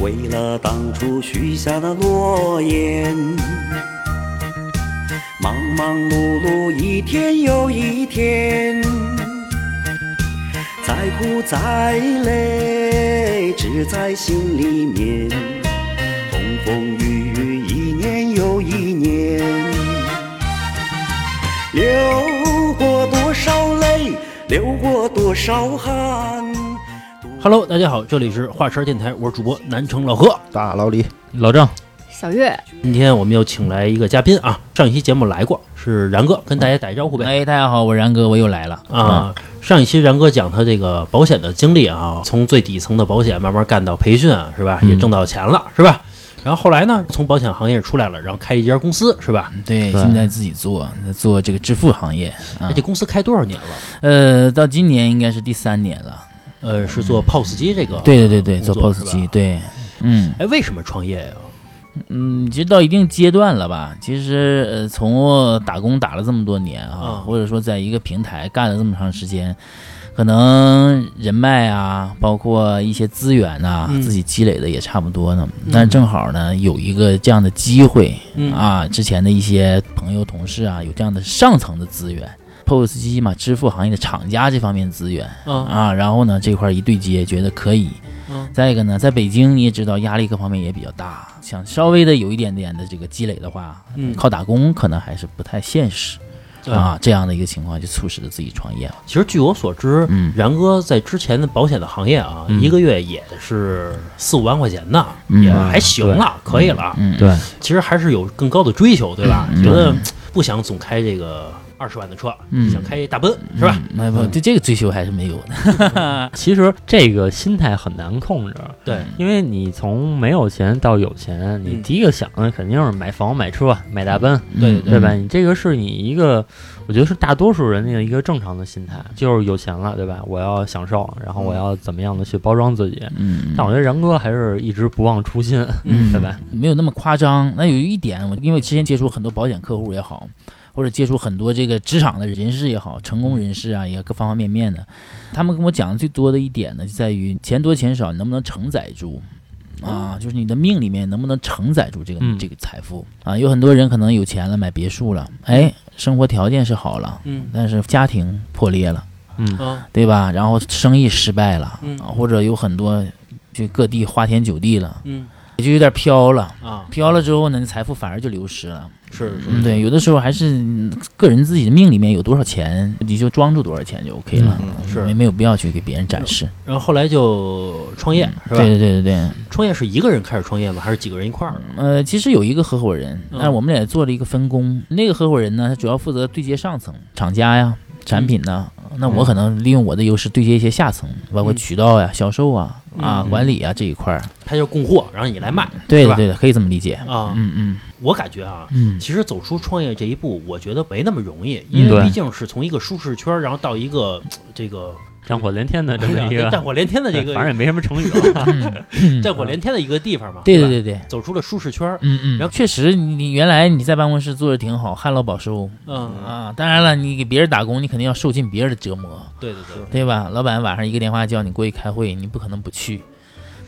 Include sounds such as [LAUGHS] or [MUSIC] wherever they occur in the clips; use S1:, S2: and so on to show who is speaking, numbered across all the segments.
S1: 为了当初许下的诺言，忙忙碌碌一天又一天，再苦再累，只在心里面。风风雨雨一年又一年，流过多少泪，流过多少汗。
S2: Hello，大家好，这里是华山电台，我是主播南城老何、
S3: 大老李，
S2: 老郑。
S4: 小月，
S2: 今天我们又请来一个嘉宾啊，上一期节目来过，是然哥，跟大家打一招呼呗。
S5: 哎，大家好，我然哥，我又来了。
S2: 啊，上一期然哥讲他这个保险的经历啊，从最底层的保险慢慢干到培训，啊是吧？也挣到钱了，是吧？然后后来呢，从保险行业出来了，然后开了一家公司，是吧？
S5: 对，
S3: 对
S5: 现在自己做做这个支付行业，
S2: 哎那这公司开多少年了？
S5: 呃，到今年应该是第三年了。
S2: 呃，是做 POS 机这个？
S5: 对对对对，做
S2: 工
S5: POS
S2: 作
S5: 机，。
S2: 是吧
S5: 对，嗯
S2: 哎，为什么创业呀？
S5: 嗯，其实到一定阶段了吧，其实呃，从我打工打了这么多年啊，
S2: 嗯
S5: 或者说在一个平台干了这么长时间。可能人脉啊，包括一些资源呐、
S2: 嗯
S5: 自己积累的也差不多呢。但正好呢，有一个这样的机会，
S2: 嗯
S5: 啊，之前的一些朋友、同事啊，有这样的上层的资源，POS 机嘛，支付行业的厂家这方面资源
S2: 啊，
S5: 啊，然后呢，这块儿一对接，觉得可以。
S2: 嗯
S5: 再一个呢，在北京你也知道，压力各方面也比较大，想稍微的有一点点的这个积累的话，
S2: 嗯
S5: 靠打工可能还是不太现实
S2: 对
S5: 啊。这样的一个情况就促使着自己创业了。
S2: 其实据我所知，
S5: 嗯
S2: 然哥在之前的保险的行业啊，
S5: 嗯
S2: 一个月也是四五万块钱呢，
S5: 嗯
S2: 也还行了，可以了。
S5: 嗯，
S3: 对，
S2: 其实还是有更高的追求，对吧？
S5: 嗯
S2: 觉得不想总开这个二十万的车，
S5: 嗯
S2: 想开大奔，是吧？
S5: 那不对这个追求还是没有的。
S6: 其实这个心态很难控制，
S2: 对，
S6: 因为你从没有钱到有钱，你
S2: 嗯
S6: 第一个想的肯定是买房、买车、买大奔，
S2: 对
S6: 对吧？
S5: 嗯？
S6: 你这个是你一个，我觉得是大多数人的一个正常的心态，就是有钱了，对吧？我要享受，然后我要怎么样的去包装自己。
S5: 嗯，
S6: 但我觉得然哥还是一直不忘初心，
S2: 嗯
S6: 对吧？
S5: 没有那么夸张。那有一点，我因为之前接触很多保险客户也好，或者接触很多这个职场的人士也好，成功人士啊，也各方方面面的，他们跟我讲的最多的一点呢，就在于钱多钱少能不能承载住。
S2: 哦
S5: 啊，就是你的命里面能不能承载住这个、
S6: 嗯
S5: 这个财富啊？有很多人可能有钱了，买别墅了，哎，生活条件是好了，
S2: 嗯
S5: 但是家庭破裂了，
S6: 嗯
S2: 啊，
S5: 对吧？然后生意失败了，
S2: 嗯
S5: 啊或者有很多去各地花天酒地了，
S2: 嗯
S5: 也就有点飘了。
S2: 啊，
S5: 飘了之后呢，你财富反而就流失了。
S2: 是是，
S5: 嗯，对，有的时候还是嗯个人自己的命里面有多少钱，你就装住多少钱就 OK 了，
S2: 嗯是
S5: 没没有必要去给别人展示。
S2: 然后后来就创业，是
S5: 对
S2: 吧？
S5: 对对对对，
S2: 创业是一个人开始创业吗？还是几个人一块儿？
S5: 呃，其实有一个合伙人，
S2: 嗯
S5: 但是我们俩也做了一个分工。那个合伙人呢，他主要负责对接上层厂家呀、
S2: 嗯
S5: 产品呐。那我可能利用我的优势对接一些下层，包括
S2: 嗯
S5: 渠道呀、销售啊、啊
S2: 嗯
S5: 管理啊这一块儿。
S2: 他就供货，然后你来卖，
S5: 对
S2: 是
S5: 的
S2: 吧
S5: 对的，可以这么理解。
S2: 啊。
S5: 嗯嗯
S2: 我感觉啊，
S5: 嗯，
S2: 其实走出创业这一步，我觉得没那么容易，因为
S6: 对
S2: 毕竟是从一个舒适圈儿，然后到一个呃这
S5: [LAUGHS]
S2: 个
S6: 战火连天的这么一
S2: [LAUGHS] 哎呀
S6: 个，
S2: 战火连天的这个，
S6: [LAUGHS] 反正也没什么成语啊
S2: [LAUGHS]
S6: 了。
S2: 战火连天的一个地方嘛。
S5: 嗯对
S2: 吧
S5: 对，对对。
S2: 走出了舒适圈儿。
S5: 嗯嗯，
S2: 然
S5: 然
S2: 后
S5: 后确实你，你原来你在办公室做的挺好，旱涝保收
S2: 嗯，
S5: 啊。当然了，你给别人打工，你肯定要受尽别人的折磨，
S2: 对对对，
S5: 对吧？老板晚上一个电话叫你过去开会，你不可能不去。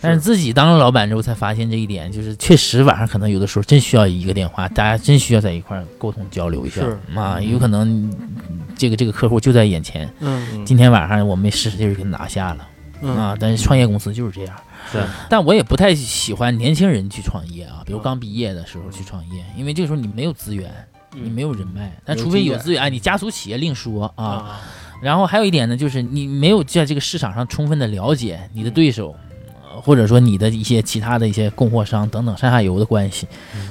S5: 但是自己当了老板之后，才发现这一点，就是确实晚上可能有的时候真需要一个电话，大家真需要在一块儿沟通交流一下
S2: 是
S5: 啊。有可能嗯这个这个客户就在眼前，
S2: 嗯
S5: 今天晚上我们使使劲儿给拿下了。
S1: 嗯
S5: 啊，但是创业公司就是这样。
S2: 对，
S5: 但我也不太喜欢年轻人去创业啊，比如刚毕业的时候去创业，因为这个时候你没有资源，你嗯没有人脉，但
S3: 有
S5: 除非
S3: 经
S5: 有
S3: 验
S5: 资源，哎，你家族企业另说啊。
S2: 啊，
S5: 然后还有一点呢，就是你没有在这个市场上充分的了解你的对手。呃或者说你的一些其他的一些供货商等等上下游的关系，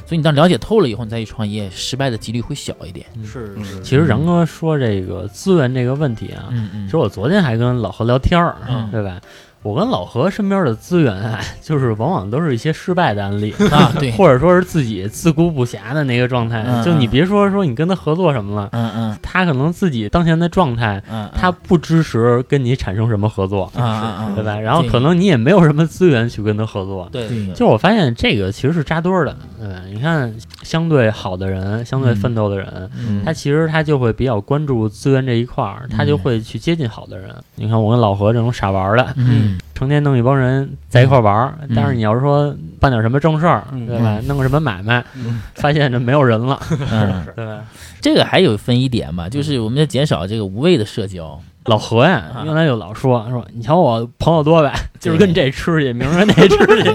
S5: 所以你当了解透了以后，你再去创业，失败的几率会小一点。
S2: 是
S3: 嗯
S2: 是，
S6: 其实然哥说这个资源这个问题啊，
S5: 嗯嗯
S6: 其实我昨天还跟老何聊天儿，
S5: 嗯
S6: 对吧？我跟老何身边的资源啊， [LAUGHS] 就是往往都是一些失败的案例，
S5: 啊，对，
S6: 或者说是自己自顾不暇的那个状态。
S5: 嗯
S6: 就你别说说你跟他合作什么了，
S5: 嗯嗯
S6: 他可能自己当前的状态，
S5: 嗯，
S6: 他不支持跟你产生什么合作，
S5: 啊啊啊，
S6: 对吧？然后
S5: 对
S6: 可能你也没有什么资源去跟他合作。
S2: 对
S5: 对
S6: 就是我发现这个其实是扎堆儿的，对，你看，相对好的人，相对
S5: 嗯
S6: 奋斗的人，
S5: 嗯
S6: 他其实他就会比较关注资源这一块儿，
S2: 嗯
S6: 他就会去接近好的人。你看我跟老何这种傻玩儿的， [LAUGHS]
S5: 嗯
S6: 成天弄一帮人在一块儿玩儿，
S5: 嗯
S6: 但是你要是说办点什么正事儿，
S2: 嗯
S6: 对吧？弄个什么买卖，
S2: 嗯
S6: 发现这没有
S2: [LAUGHS]
S6: 人了，
S5: 嗯，
S6: 对吧？
S5: 这个还有分一点
S2: 嗯
S5: 吧，就是我们要减少这个无谓的
S2: [LAUGHS]
S5: 社交。
S6: 老何呀，
S2: 啊
S6: 原来就老说说，你瞧我朋友多呗，就是跟这吃去，明儿跟那
S2: [LAUGHS]
S6: 吃 [LAUGHS] 去。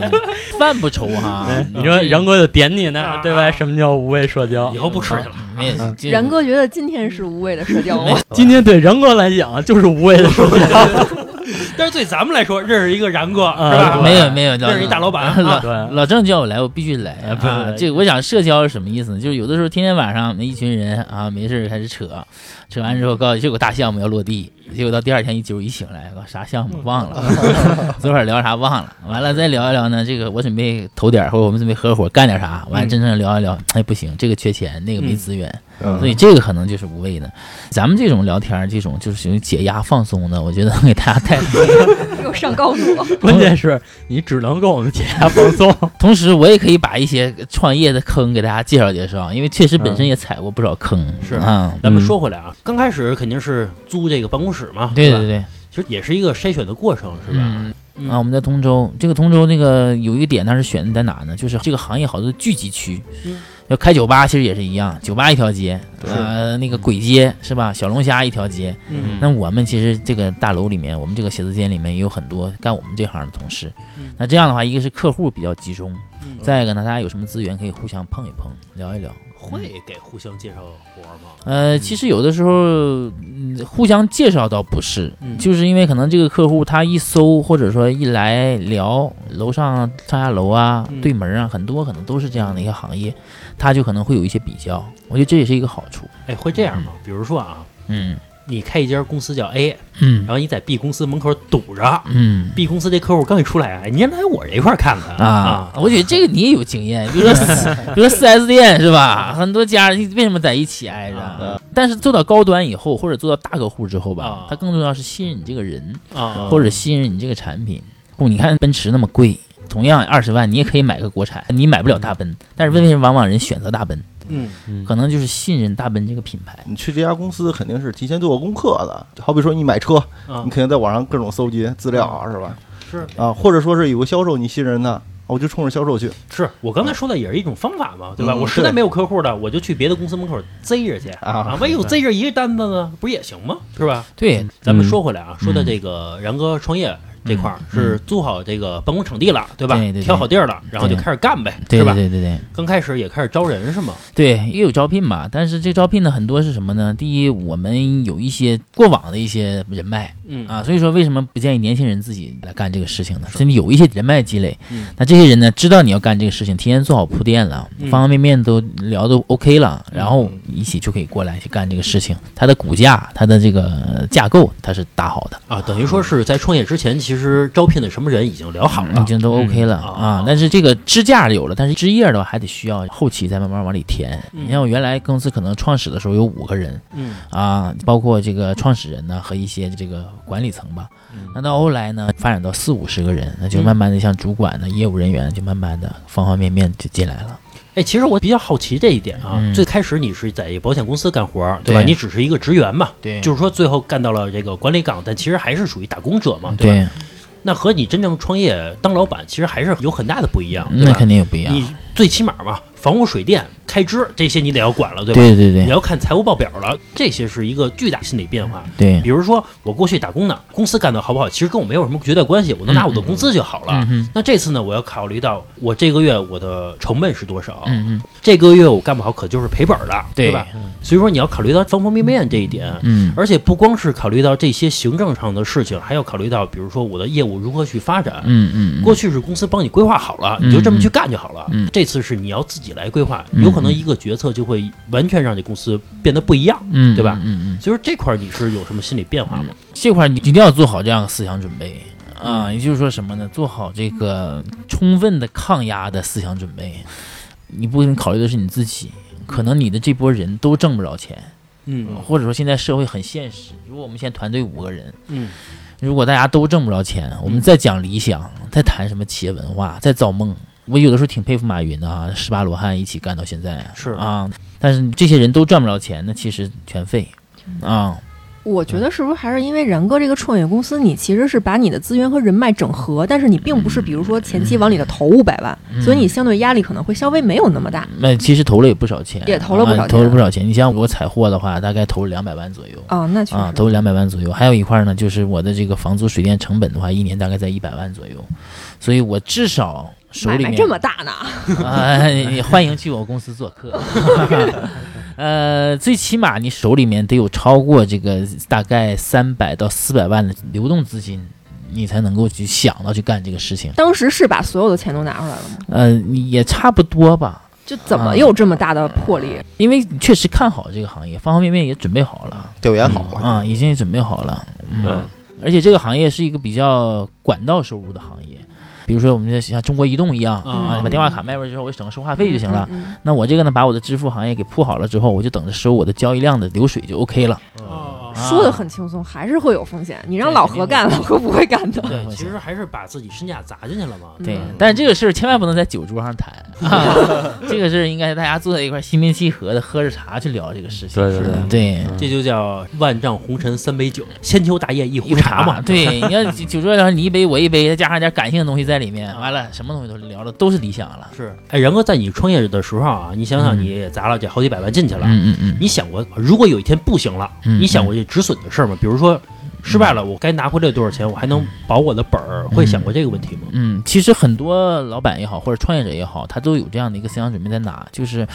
S5: 饭不愁哈，
S2: 哎
S5: 嗯
S6: 你说
S5: 这
S6: 然哥就点你呢，对吧？什么叫无谓社交？
S2: 啊以后不吃去了。
S5: 嗯没有这
S3: 然哥觉得今天是无谓的社交吗？
S6: 今天对然哥来讲就是无谓的社
S2: [LAUGHS]
S6: 交，
S2: 但是对咱们来说，认识一个然哥
S6: 啊
S2: 是吧？
S6: 对
S5: 呃没有没有，嗯
S2: 认识一大
S5: [LAUGHS]
S2: 老板
S5: 老
S2: 啊
S6: 对，
S5: 老郑叫我来，我必须来
S6: 哎不
S5: 啊！
S6: 不
S5: 这个我想社交是什么意思呢？就是有的时候天天晚上那一群人啊，没事儿开始扯，扯完之后告诉你这有个大项目要落地，结果到第二天一揪一醒来，我啥项目忘
S6: [LAUGHS]
S5: 了， [LAUGHS] 昨晚聊啥忘了，完了再聊一聊呢，这个我准备投点儿，或者我们准备合伙干点啥，
S6: 嗯
S5: 完了真正聊一聊，哎不行，这个缺钱，那个没资源，
S6: 嗯
S5: 所以这个可能就是无谓的。咱们这种聊天儿，这种就是属于解压放松的，我觉得 [LAUGHS] 给大家带来
S3: 又上
S5: [LAUGHS]
S3: 高度了，
S6: 关键是你只能跟我们解压放松。
S5: 同时，我也可以把一些创业的坑给大家介绍介绍，因为确实本身也踩过不少坑。
S2: 是
S5: 啊，
S2: 咱们说回来啊，刚开始肯定是租这个办公室嘛，
S5: 对
S2: 是吧
S5: 对对，
S2: 其实也是一个筛选的过程，是吧？
S5: 嗯
S2: 嗯
S5: 啊，我们在通州，这个通州那个有一个点，它是选在哪呢？就是这个行业好多聚集区
S2: 嗯，
S5: 要开酒吧，其实也是一样，酒吧一条街，
S2: 对
S5: 呃，那个鬼街是吧？小龙虾一条街。
S2: 嗯
S5: 那我们其实这个大楼里面，我们这个写字间里面也有很多干我们这行的同事
S2: 嗯。
S5: 那这样的话，一个是客户比较集中，
S2: 嗯
S5: 再一个呢，大家有什么资源可以互相碰一碰，聊一聊。
S2: 会给互相介绍活吗？
S5: 呃，其实有的时候，嗯，互相介绍倒不是，
S2: 嗯
S5: 就是因为可能这个客户他一搜，或者说一来聊楼上上下楼啊、
S2: 嗯
S5: 对门啊，很多可能都是这样的一个行业，他就可能会有一些比较。我觉得这也是一个好处。
S2: 哎，会这样吗？比如说啊，
S5: 嗯
S2: 你开一家公司叫 A，
S5: 嗯
S2: 然后你在 B 公司门口堵着
S5: 嗯
S2: ，B 公司这客户刚一出来啊，你先来我这一块儿看看
S5: 啊
S2: 啊，，
S5: 我觉得这个你也有经验，比如说
S2: [LAUGHS]
S5: 四，比如说四 S 店是吧？很多家为什么在一起挨着？
S2: 啊
S5: 但是做到高端以后，或者做到大客户之后吧，
S2: 啊
S5: 它更重要是吸引你这个人。
S2: 啊，
S5: 或者信任你这个产品。不，你看奔驰那么贵，同样二十万你也可以买个国产，你买不了大奔，但是为什么往往人选择大奔？
S2: 嗯
S5: 可能就是信任大奔这个品牌。
S4: 你去这家公司肯定是提前做过功课的，好比说你买车，
S2: 啊嗯
S4: 你肯定在网上各种搜集资料啊，是吧？
S2: 是
S4: 啊，或者说是有个销售你信任他，哦我就冲着销售去。
S2: 是我刚才说的也是一种方法嘛，对吧？
S4: 嗯
S2: 我实在
S4: 对
S2: 没有客户了，我就去别的公司门口贼着去
S4: 啊
S2: 啊，万一有贼着一个单子呢，不是也行吗？是吧？
S5: 对，
S2: 咱们
S6: 嗯
S2: 说回来啊，说的这个然哥创业这块儿
S5: 嗯
S2: 是租好这个办公场地了，对吧？
S5: 对对对
S2: 挑好地儿了，然后就开始干呗，
S5: 对
S2: 是吧？
S5: 对对对
S2: 刚开始也开始招人是吗？
S5: 对，也有招聘吧，但是这招聘呢，很多是什么呢？第一，我们有一些过往的一些人脉
S2: 嗯
S5: 啊，所以说为什么不建议年轻人自己来干这个事情呢？甚至有一些人脉积累
S2: 嗯，
S5: 那这些人呢，知道你要干这个事情，提前做好铺垫了，
S2: 嗯
S5: 方方面面都聊都 OK 了，然后一起就可以过来去干这个事情。它的骨架，它的这个呃架构，它是搭好的，
S2: 啊，等于说是在创业之前，其实招聘的什么人已经聊好了
S5: 嗯已，经都 OK 了
S2: 啊
S5: 啊。但是这个支架有了，但是枝叶的话还得需要后期再慢慢往里填。
S2: 嗯
S5: 你像我原来公司可能创始的时候有五个人，
S2: 嗯
S5: 啊，包括这个创始人呢和一些这个管理层吧。那到后来呢，发展到四五十个人，那就
S2: 嗯
S5: 慢慢的像主管呢、业务人员，就慢慢的方方面面就进来了。
S2: 哎，其实我比较好奇这一点啊，
S5: 嗯
S2: 最开始你是在保险公司干活儿，对吧？
S5: 对
S2: 你只是一个职员嘛，
S5: 对
S2: 就是说最后干到了这个管理岗，但其实还是属于打工者嘛，哦吧？
S5: 对，
S2: 那和你真正创业当老板，其实还是有很大的不一样，对
S5: 嗯那
S2: 吧？
S5: 肯定有不一样。
S2: 你最起码嘛，房屋水电开支这些你得要管了，对吧？
S5: 对对
S2: 你
S5: 对
S2: 要看财务报表了，这些是一个巨大心理变化。
S5: 对
S2: 比，如说我过去打工呢，公司干得好不好，其实跟我没有什么绝对关系，我能拿我的工资就好了。
S5: 嗯嗯
S2: 那这次呢，我要考虑到我这个月我的成本是多少，
S5: 嗯嗯
S2: 这个月我干不好可就是赔本儿了，
S5: 对
S2: 吧？所以说你要考虑到方方面面这一点。
S5: 嗯，
S2: 而且不光是考虑到这些行政上的事情，还要考虑到，比如说我的业务如何去发展。
S5: 嗯嗯
S2: 过去是公司帮你规划好了，
S5: 嗯
S2: 你就这么去干就好了。
S5: 嗯
S2: 这次是你要自己来规划，
S5: 嗯
S2: 有可能一个决策就会完全让这公司变得不一样。
S5: 嗯，
S2: 对吧
S5: 嗯嗯，
S2: 所以说这块儿你是有什么心理变化吗？
S5: 这块儿你一定要做好这样的思想准备。啊，也就是说什么呢？做好这个充分的抗压的思想准备。你不能考虑的是你自己，可能你的这波人都挣不着钱，
S2: 嗯
S5: 或者说现在社会很现实，如果我们现在团队五个人，
S2: 嗯
S5: 如果大家都挣不着钱，我们再讲理想，再谈什么企业文化，再造梦，我有的时候挺佩服马云的啊，十八罗汉一起干到现在啊
S2: 是
S5: 啊，但是这些人都赚不着钱，那其实全废
S2: 嗯
S5: 啊。
S3: 我觉得是不是还是因为然哥这个创业公司，你其实是把你的资源和人脉整合，但是你并
S5: 嗯
S3: 不是比如说前期往里头投五百万，所以你相对压力可能会稍微没有那么大。
S5: 那其实投了也不少钱，
S3: 也投了不少
S5: 啊投了
S3: 钱
S5: 不少钱。你像我采货的话，大概投了两百万左右
S3: 哦，那确
S5: 啊，
S3: 实，
S5: 投了两百万左右。还有一块呢，就是我的这个房租、水电成本的话，一年大概在一百万左右，所以我至少手
S3: 买
S5: 里
S3: 卖
S5: 面
S3: 这么大呢？
S5: 啊，你欢迎去我公司做客。 [LAUGHS] 呃，最起码你手里面得有超过这个大概三百到四百万的流动资金，你才能够去想到去干这个事情。
S3: 当时是把所有的钱都拿出来了吗？
S5: 呃，你也差不多吧，
S3: 就怎么有这么大的魄力？
S5: 因为你确实看好这个行业，方方面面也准备好了
S4: 调研好
S3: 嗯
S4: 了，
S5: 啊，已经也准备好了。嗯
S6: 对，
S5: 而且这个行业是一个比较管道收入的行业，比如说我们像中国移动一样啊，
S2: 嗯
S5: 把电话卡卖出去之后，我省个收话费就行了。
S3: 嗯。嗯
S5: 那我这个呢，把我的支付行业给铺好了之后，我就等着收我的交易量的流水就 OK 了。
S2: 哦
S5: 啊
S3: 说的很轻松，还是会有风险。你让
S5: 对
S3: 老
S5: 肯
S3: 何
S5: 定
S3: 干，
S5: 会
S3: 老何不会干的。
S2: 对，其实还是把自己身价砸进去了嘛。
S5: 对
S3: 嗯，
S5: 但是这个事儿千万不能在酒桌上
S3: [LAUGHS]
S5: 谈，这个事儿应该大家坐在一块儿心平气和的喝着茶去聊这个事情。
S6: 对对对
S5: 对对，
S2: 这就叫万丈红尘三杯酒，千秋大业一壶
S5: 一
S2: 茶嘛。
S5: 啊对，你要酒桌上你一杯我一杯，再加上点感性的东西在里面，完了什么东西都聊了，都是理想了。
S2: 是，哎，然哥，在你创业的时候啊，你想想，
S5: 嗯
S2: 你也砸了这好几百万进去了，
S5: 嗯嗯嗯，
S2: 你想过，如果有一天不行了，
S5: 嗯
S2: 你想过这止损的事儿吗？比如说失败了，我该拿回来多少钱，我还能保我的本儿？会想过这个问题吗？
S5: 嗯，其实很多老板也好，或者创业者也好，他都有这样的一个思想准备在哪，就是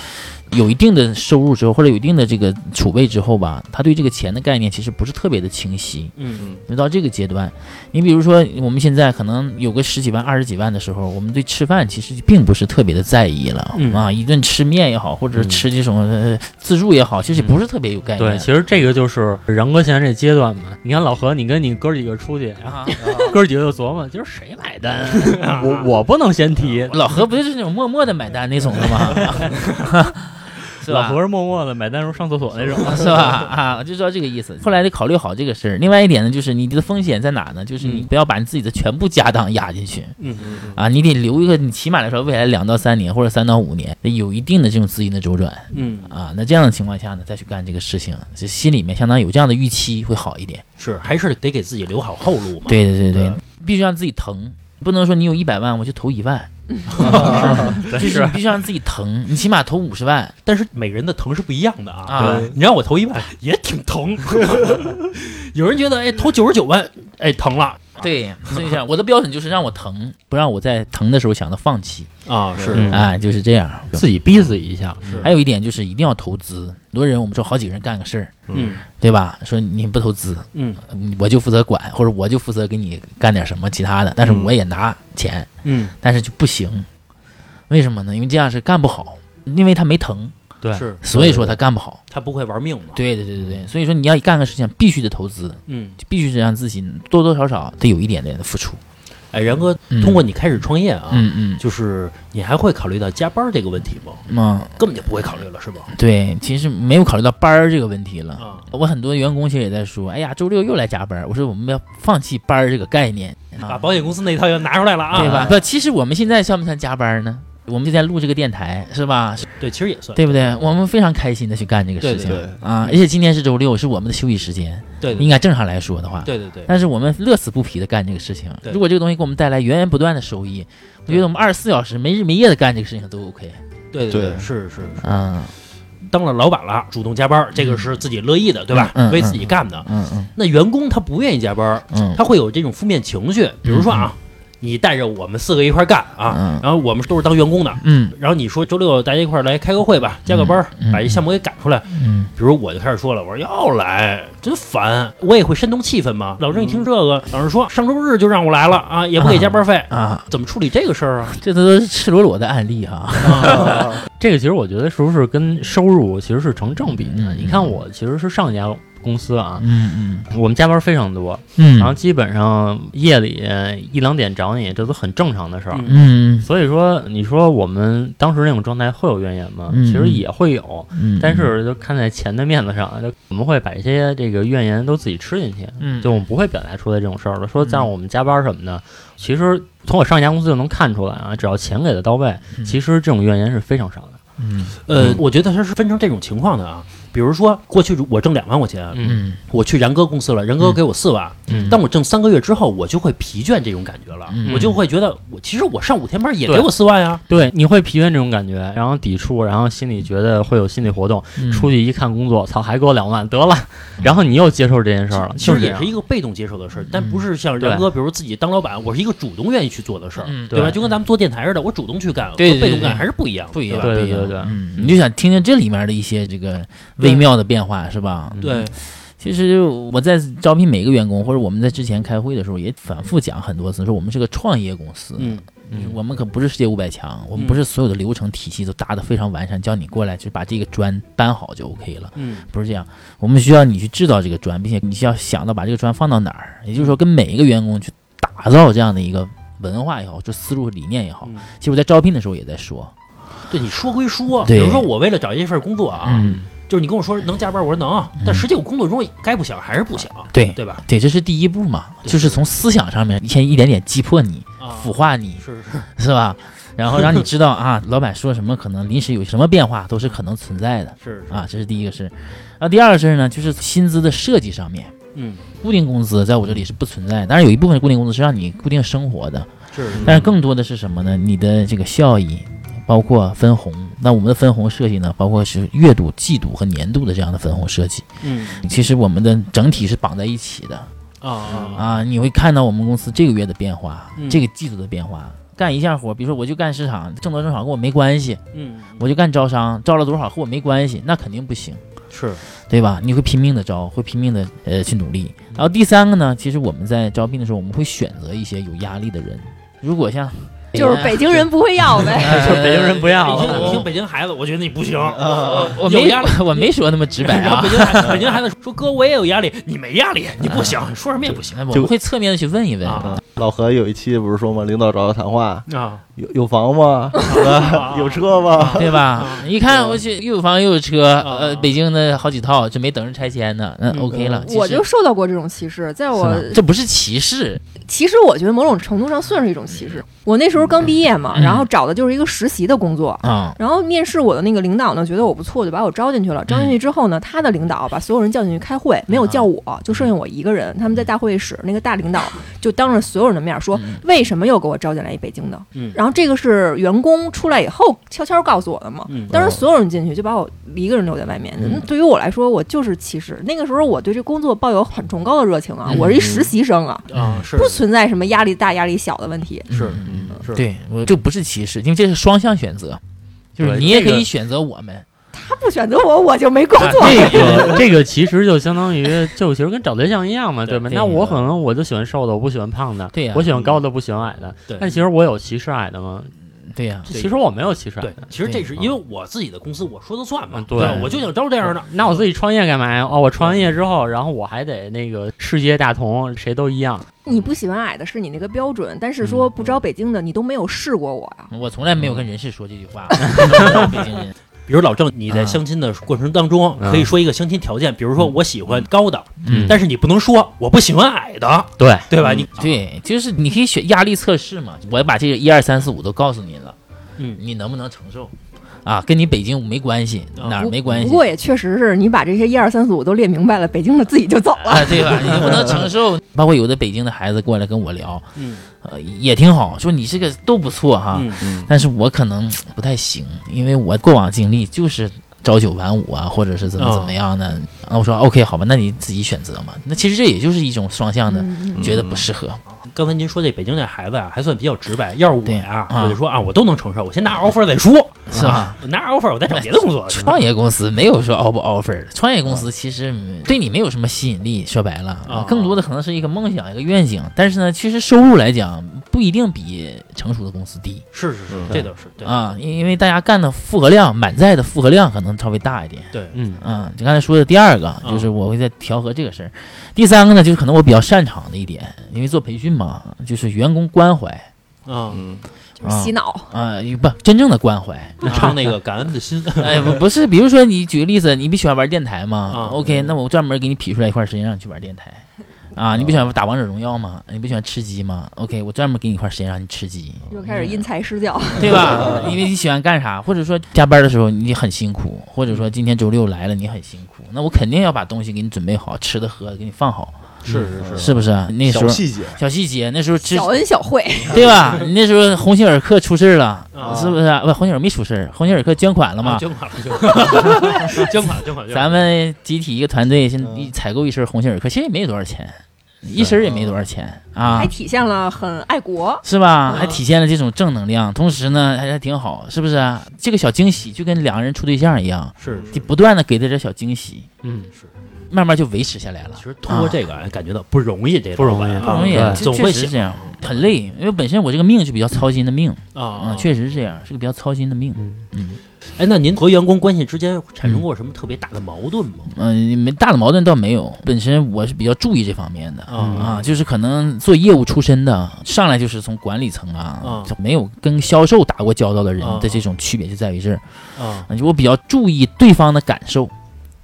S5: 有一定的收入之后，或者有一定的这个储备之后吧，他对这个钱的概念其实不是特别的清晰。
S2: 嗯
S5: 就到这个阶段，你比如说我们现在可能有个十几万、二十几万的时候，我们对吃饭其实并不是特别的在意了、
S2: 嗯
S5: 啊，一顿吃面也好，或者吃这种、呃自助也好，其实不是特别有概念。
S6: 嗯对，其实这个就是然哥现在这阶段嘛。你看老何，你跟你哥几个出去，然后
S5: 啊，
S6: [LAUGHS] 哥几个就琢磨，今儿谁买单？啊 [LAUGHS] 我我不能先提，
S5: 老何不就是那种默默的买单那种的吗？ [LAUGHS] 是吧？
S6: 老何是默默的买单时候上厕所那种。
S5: [LAUGHS] 是吧？啊，我就知道这个意思。后来得考虑好这个事儿。另外一点呢，就是你的风险在哪呢？就是你不要把你自己的全部家当压进去
S2: 嗯嗯
S5: 啊，你得留一个，你起码来说，未来两到三年或者三到五年，得有一定的这种资金的周转
S2: 嗯，
S5: 啊。那这样的情况下呢，再去干这个事情，就心里面相当于有这样的预期会好一点。
S2: 是，还是得给自己留好后路嘛。
S5: 对对对对
S2: 对，
S5: 必须让自己疼，不能说你有一百万我就投一 [LAUGHS] 万，就是你必须让自己疼，你起码投五十万。
S2: 但是每个人的疼是不一样的
S5: 啊
S2: 对你让我投一万也挺 [LAUGHS] 疼，有人觉得哎投九十九万哎疼了
S5: 对，所以讲我的标准就是让我疼，不让我在疼的时候想到放弃。
S2: 啊是
S6: 嗯
S5: 哎，就是这样。
S6: 自己逼自己一下，
S5: 还有一点就是一定要投资。很多人我们说好几个人干个事儿，
S2: 嗯
S5: 对吧？说你不投资，
S2: 嗯
S5: 嗯我就负责管，或者我就负责给你干点什么其他的，但是我也拿钱，
S2: 嗯
S5: 但是就不行。为什么呢？因为这样是干不好，因为他没疼，
S6: 对，
S2: 是，
S5: 所以说他干不好。
S2: 他不会玩命嘛。
S5: 对对对对对，所以说你要干个事情，必须得投资，
S2: 嗯，
S5: 就必须得让自己多多少少得有一点点的付出。
S2: 哎，然哥，
S5: 嗯
S2: 通过你开始创业啊，
S5: 嗯嗯
S2: 就是你还会考虑到加班这个问题吗？
S5: 嗯，
S2: 根本就不会考虑了，是吧？
S5: 对，其实没有考虑到班儿这个问题了。
S2: 啊，
S5: 我很多员工其实也在说，哎呀，周六又来加班儿。我说我们要放弃班儿这个概念，啊
S2: 把保险公司那一套又拿出来了啊，
S5: 对吧？？不，其实我们现在算不算加班儿呢？我们就在录这个电台，是吧？是
S2: 对，其实也算，
S5: 对不对？我们非常开心的去干这个事情
S2: 对
S4: 嗯对
S5: 啊！而且今天是周六，是我们的休息时间，
S2: 对
S5: 应
S2: 对
S5: 该正常来说的话，
S2: 对对对，
S5: 但是我们乐此不疲的干这个事情。
S2: 对
S5: 如果这个东西给我们带来源源不断的收益，我觉得我们二十四小时没日没夜的干这个事情都 OK。
S2: 对对对，
S4: 对
S2: 是是，
S5: 嗯
S2: 当了老板了，主动加班，这个是自己乐意的，对吧
S5: 嗯嗯？
S2: 为自己干的。
S5: 嗯嗯
S2: 那员工他不愿意加班，
S5: 嗯
S2: 他会有这种负面情绪，比如说啊，你带着我们四个一块儿干啊
S5: 嗯，
S2: 然后我们都是当员工的。
S5: 嗯
S2: 然后你说周六大家一块儿来开个会吧，加个班儿，
S5: 嗯嗯
S2: 把这项目给赶出来。
S5: 嗯
S2: 比如我就开始说了，我说要来，真烦，嗯我也会煽动气氛嘛。老郑一听这个，老郑说上周日就让我来了 [LAUGHS] 啊，也不给加班费，
S5: 啊，
S2: 怎么处理这个事儿 [LAUGHS] 啊？
S5: 这都是赤裸裸的案例哈。
S6: 这个其实我觉得是不是跟收入其实是成正比的？
S5: 嗯
S6: 你看我其实是上一家公司啊，
S5: 嗯嗯
S6: 我们加班非常多，
S5: 嗯，
S6: 然后基本上夜里一两点找你，这都很正常的事儿。
S1: 嗯
S5: 嗯
S6: 所以说，你说我们当时那种状态会有怨言吗？
S5: 嗯
S6: 其实也会有，
S5: 嗯，
S6: 但是就看在钱的面子上，就我们会把一些这个怨言都自己吃进去，
S5: 嗯
S6: 就我们不会表达出来这种事儿了。说再让我们加班什么的，其实从我上一家公司就能看出来啊，只要钱给的到位，
S5: 嗯
S6: 其实这种怨言是非常少的。
S5: 嗯
S2: 呃，我觉得它是分成这种情况的啊。比如说，过去我挣两万块钱，
S6: 嗯
S5: 嗯
S2: 我去然哥公司了，然哥给我四万，
S6: 嗯
S2: 但我挣三个月之后，我就会疲倦这种感觉了，
S5: 嗯
S2: 我就会觉得我其实我上五天班也
S6: 对
S2: 给我四万呀，
S6: 对，你会疲倦这种感觉，然后抵触，然后心里觉得会有心理活动，
S5: 嗯
S6: 出去一看工作，操，还给我两万，得了，然后你又接受这件事儿了，
S2: 其
S6: 就
S2: 实
S6: 这
S2: 也
S6: 样
S2: 是。一个被动接受的事儿，但不嗯是像然哥，比如自己当老板，我是一个主动愿意去做的事儿，
S5: 嗯
S2: 对吧？
S6: 对
S2: 就跟咱们做电台似的，我主动去干，和
S5: 对
S2: 被
S5: 对
S2: 动
S5: 对
S2: 干还是不一样的，
S5: 不一样，
S2: 对吧
S6: 对
S5: 不一样
S6: 对对对
S5: 嗯，你就想听听这里面的一些这个微妙的变化，是
S6: 嗯
S5: 吧？
S2: 对，
S5: 其实我在招聘每个员工，或者我们在之前开会的时候，也反复讲很多次，说我们是个创业公司，
S2: 嗯，
S6: 嗯
S5: 我们可不是世界五百强，我们不是所有的流程体系都搭得非常完善，叫你过来就把这个砖搬好就 OK 了。
S2: 嗯，
S5: 不是这样，我们需要你去制造这个砖，并且你需要想到把这个砖放到哪儿，也
S2: 嗯
S5: 就是说跟每一个员工去打造这样的一个文化也好，就思路理念也好
S2: 嗯。
S5: 其实我在招聘的时候也在说，
S2: 对，你说归说，比
S5: 对
S2: 如说我为了找一份工作啊，
S5: 嗯，
S2: 就是你跟我说能加班，我说能，啊但实际我工作中该不想还是不想，
S5: 对
S2: 对吧？
S5: 对，这是第一步嘛，
S2: 对
S5: 就是从思想上面先一点点击破你、
S2: 啊，
S5: 腐化你，
S2: 是是，
S5: [LAUGHS] 是吧？然后让你知道啊， [LAUGHS] 老板说什么可能临时有什么变化都是可能存在的
S2: 是是，
S5: 啊，这是第一个事儿。然后第二个事儿呢，就是薪资的设计上面，
S2: 嗯，
S5: 固定工资在我这里是不存在的，当然有一部分固定工资是让你固定生活的，
S2: 是是
S5: 但是更多的是什么呢？你的这个效益，包括分红。那我们的分红设计呢，包括是月度、季度和年度的这样的分红设计。
S2: 嗯
S5: 其实我们的整体是绑在一起的
S2: 啊啊啊，
S5: 啊，你会看到我们公司这个月的变化，
S2: 嗯
S5: 这个季度的变化。干一下活，比如说我就干市场，挣多挣少跟我没关系；
S2: 嗯，
S5: 我就干招商，招了多少和我没关系，那肯定不行。
S2: 是，
S5: 对吧？你会拼命的招，会拼命的呃去努力。
S2: 嗯
S5: 然后第三个呢，其实我们在招聘的时候，我们会选择一些有压力的人。如果像啊
S3: 就是北京人不会要呗。
S5: [LAUGHS]
S6: 就是
S2: [LAUGHS]
S6: 北京人不要
S2: 一听一
S6: 了，
S2: 听北京孩子，我觉得你不行，
S5: 呃我
S2: 有
S5: 没
S2: 压力。
S5: 我没说那么直
S2: [LAUGHS]
S5: 白
S2: 然后
S5: 啊
S2: 北，京孩子，北京孩子说：“哥，我也有压力，你没压力，你不行，说什么也不行
S5: 哎我们会侧面的去问一问。
S2: 啊
S4: 老何有一期不是说吗？领导找他谈话，
S2: 啊
S4: 有有
S2: [LAUGHS]
S4: 房吗？
S2: 啊
S4: 有车吗？
S5: 对吧？一看我去，又有房又有车，
S2: 啊
S5: 呃，北京的好几套，就没等着拆迁呢。那
S2: 嗯
S5: OK 了，其实
S3: 我就受到过这种歧视，在
S5: 是
S3: 我
S5: 吧这不是歧视，
S3: 其实我觉得某种程度上算是一种歧视。我那时候刚毕业嘛，
S5: 嗯
S3: 然后找的就是一个实习的工作。
S5: 啊，
S3: 然后面试我的那个领导呢，觉得我不错，就把我招进去
S5: 嗯
S3: 了。招进去之后呢，他的领导把所有人叫进去开会，没有叫我，
S5: 啊
S3: 就剩下我一个人。他们在大会议室，那个大领导就当着所有人的面说：“
S5: 嗯
S3: 为什么又给我招进来一北京的？”
S2: 嗯
S3: 然后这个是员工出来以后悄悄告诉我的嘛。
S2: 嗯
S3: 当时所有人进去就把我一个人留在外面。
S5: 嗯
S3: 那对于我来说，我就是歧视。那个时候我对这工作抱有很崇高的热情啊，
S5: 嗯
S3: 我是一实习生啊，
S2: 啊！是
S3: 不存在什么压力大压力小的问题。
S2: 是
S5: 嗯
S2: 是
S5: 对我这不是歧视，因为这是双向选择，就是
S6: 对
S5: 你也
S6: 这个
S5: 可以选择我们。
S3: 他不选择我，我就没工作。
S5: 哎
S2: 哎 [LAUGHS]
S6: 这个这个其实就相当于，就其实跟找对象一样嘛，对吧？
S5: 对
S6: 那我可能我就喜欢瘦的，我不喜欢胖的，
S5: 对呀
S6: 我喜欢高的，不喜欢矮的。
S2: 对
S6: 但其实我有歧视矮的吗？
S5: 对呀，
S2: 对
S6: 其实我没有歧视矮
S2: 对
S6: 的。，
S2: 其实这是因为我自己的公司，我说的算嘛
S6: 嗯。对
S2: 吧我就想招这样的。
S6: 那我自己创业干嘛呀？哦，我创业之后，然后我还得那个世界大同，谁都一样。
S3: 你不喜欢矮的是你那个标准，但是
S5: 嗯
S3: 说不招北京的，你都没有试过我啊呀、
S5: 我从来没有跟人事说这句 [LAUGHS] 话，北京人，
S2: 比如老郑，你在
S5: 啊
S2: 相亲的过程当中，
S6: 嗯
S2: 可以说一个相亲条件，比如说我喜欢高的，
S5: 嗯
S2: 但是你不能说我不喜欢矮的，
S6: 对，
S2: 对吧？你
S5: 对，就是你可以选压力测试嘛，我把这个一二三四五都告诉你了，
S2: 嗯
S5: 你能不能承受？啊，跟你北京没关系，
S2: 啊
S5: 哪儿
S3: 不
S5: 没关系
S3: 不，过也确实是你把这些一二三四五都列明白了，北京的自己就走了。
S5: 啊，对 [LAUGHS] 吧？你能不能承受？包括有的北京的孩子过来跟我聊，
S2: 嗯
S5: 呃，也挺好，说你这个都不错哈，
S2: 嗯
S5: 但是我可能不太行，因为我过往经历就是朝九晚五啊，或者是怎么
S2: 哦
S5: 怎么样的。那、我说 OK，好吧，那你自己选择嘛。那其实这也就是一种双向的，
S3: 嗯
S5: 觉得不适合。
S2: 刚才您说这北京这孩子啊，还算比较直白。要是我
S5: 对
S2: 呀，
S5: 啊
S2: 我就说啊，我都能承受，我先拿 offer 再说，
S5: 是吧？
S2: 我拿 offer 我再找别的工作。
S5: [LAUGHS] 创业公司没有说 offer offer 的，创业公司其实嗯对你没有什么吸引力，说白了
S2: 啊
S5: 更多的可能是一个梦想、一个愿景。但是呢，其实收入来讲不一定比成熟的公司低
S2: 是是是，这倒是对
S5: 啊，因因为大家干的负荷量、满载的负荷量可能稍微大一点。
S2: 对
S6: 嗯
S5: 嗯，就刚才说的第
S2: 啊
S5: 二个，就是我会再调和这个事儿。第三个呢，就是可能我比较擅长的一点，因为做培训嘛，就是员工关怀
S2: 啊，
S3: 就是洗脑，
S5: 啊、不真正的关怀。
S2: 唱那个感恩的心，
S5: 嗯
S2: [LAUGHS]
S5: [LAUGHS] 哎，不不是，比如说你举个例子，你不喜欢玩电台吗、
S2: 啊
S5: o k 那我专门给你劈出来一块时间让你去玩电台。啊，你不喜
S2: 哦
S5: 欢打王者荣耀吗？你不喜欢吃鸡吗？OK，我专门给你一块时间让你吃鸡，
S3: 又开始因材施教。
S5: 对吧？因为你喜欢干啥，或者说加班的时候你很辛苦，或者说今天周六来了你很辛苦，那我肯定要把东西给你准备好，吃的喝的给你放好，
S2: 是是是，
S5: 是不是？那时
S4: 小
S5: 候
S4: 细节，
S5: 小细节，那时候吃
S3: 小恩小惠，
S2: [LAUGHS]
S5: 对吧？你那时候鸿星尔克出事儿了，
S2: 啊
S5: 是不是？不，鸿星尔克没出事儿，鸿星尔克捐款了嘛？
S2: [LAUGHS] 捐款了，捐
S5: [LAUGHS]
S2: 款了，捐款了，捐款了。
S5: 咱们集体一个团队，现在
S4: 嗯
S5: 一采购一身鸿星尔克，其实也没多少钱，一身也没多少钱啊
S3: 嗯还，体现了很爱国。
S5: 是吧？还体现了这种正能量，同时呢还还挺好，是不是啊？这个小惊喜就跟两个人处对象一样，
S2: 是是
S5: 你不断的给他这小惊喜，
S6: 嗯是
S5: 慢慢就维持下来了
S2: 其。实通过这个，哎，感觉到不容易，这
S6: 不容易
S2: 老板啊
S5: 不容易
S6: 对，
S5: 这
S2: 总
S5: 确
S2: 会
S5: 实是
S2: 想
S5: 这样，很累，因为本身我这个命就比较操心的命
S2: 啊
S5: 啊，
S2: 啊。
S5: 确实是这样，是个比较操心的命。
S2: 哎，那您和员工关系之间产生过什么特别大的矛盾吗？
S5: 嗯，没大的矛盾倒没有，本身我是比较注意这方面的、
S2: 嗯
S5: 啊，就是可能做业务出身的，上来就是从管理层啊，
S2: 嗯
S5: 就没有跟销售打过交道的人
S2: 嗯
S5: 的这种区别就在于这儿，
S2: 啊，
S5: 啊就我比较注意对方的感受。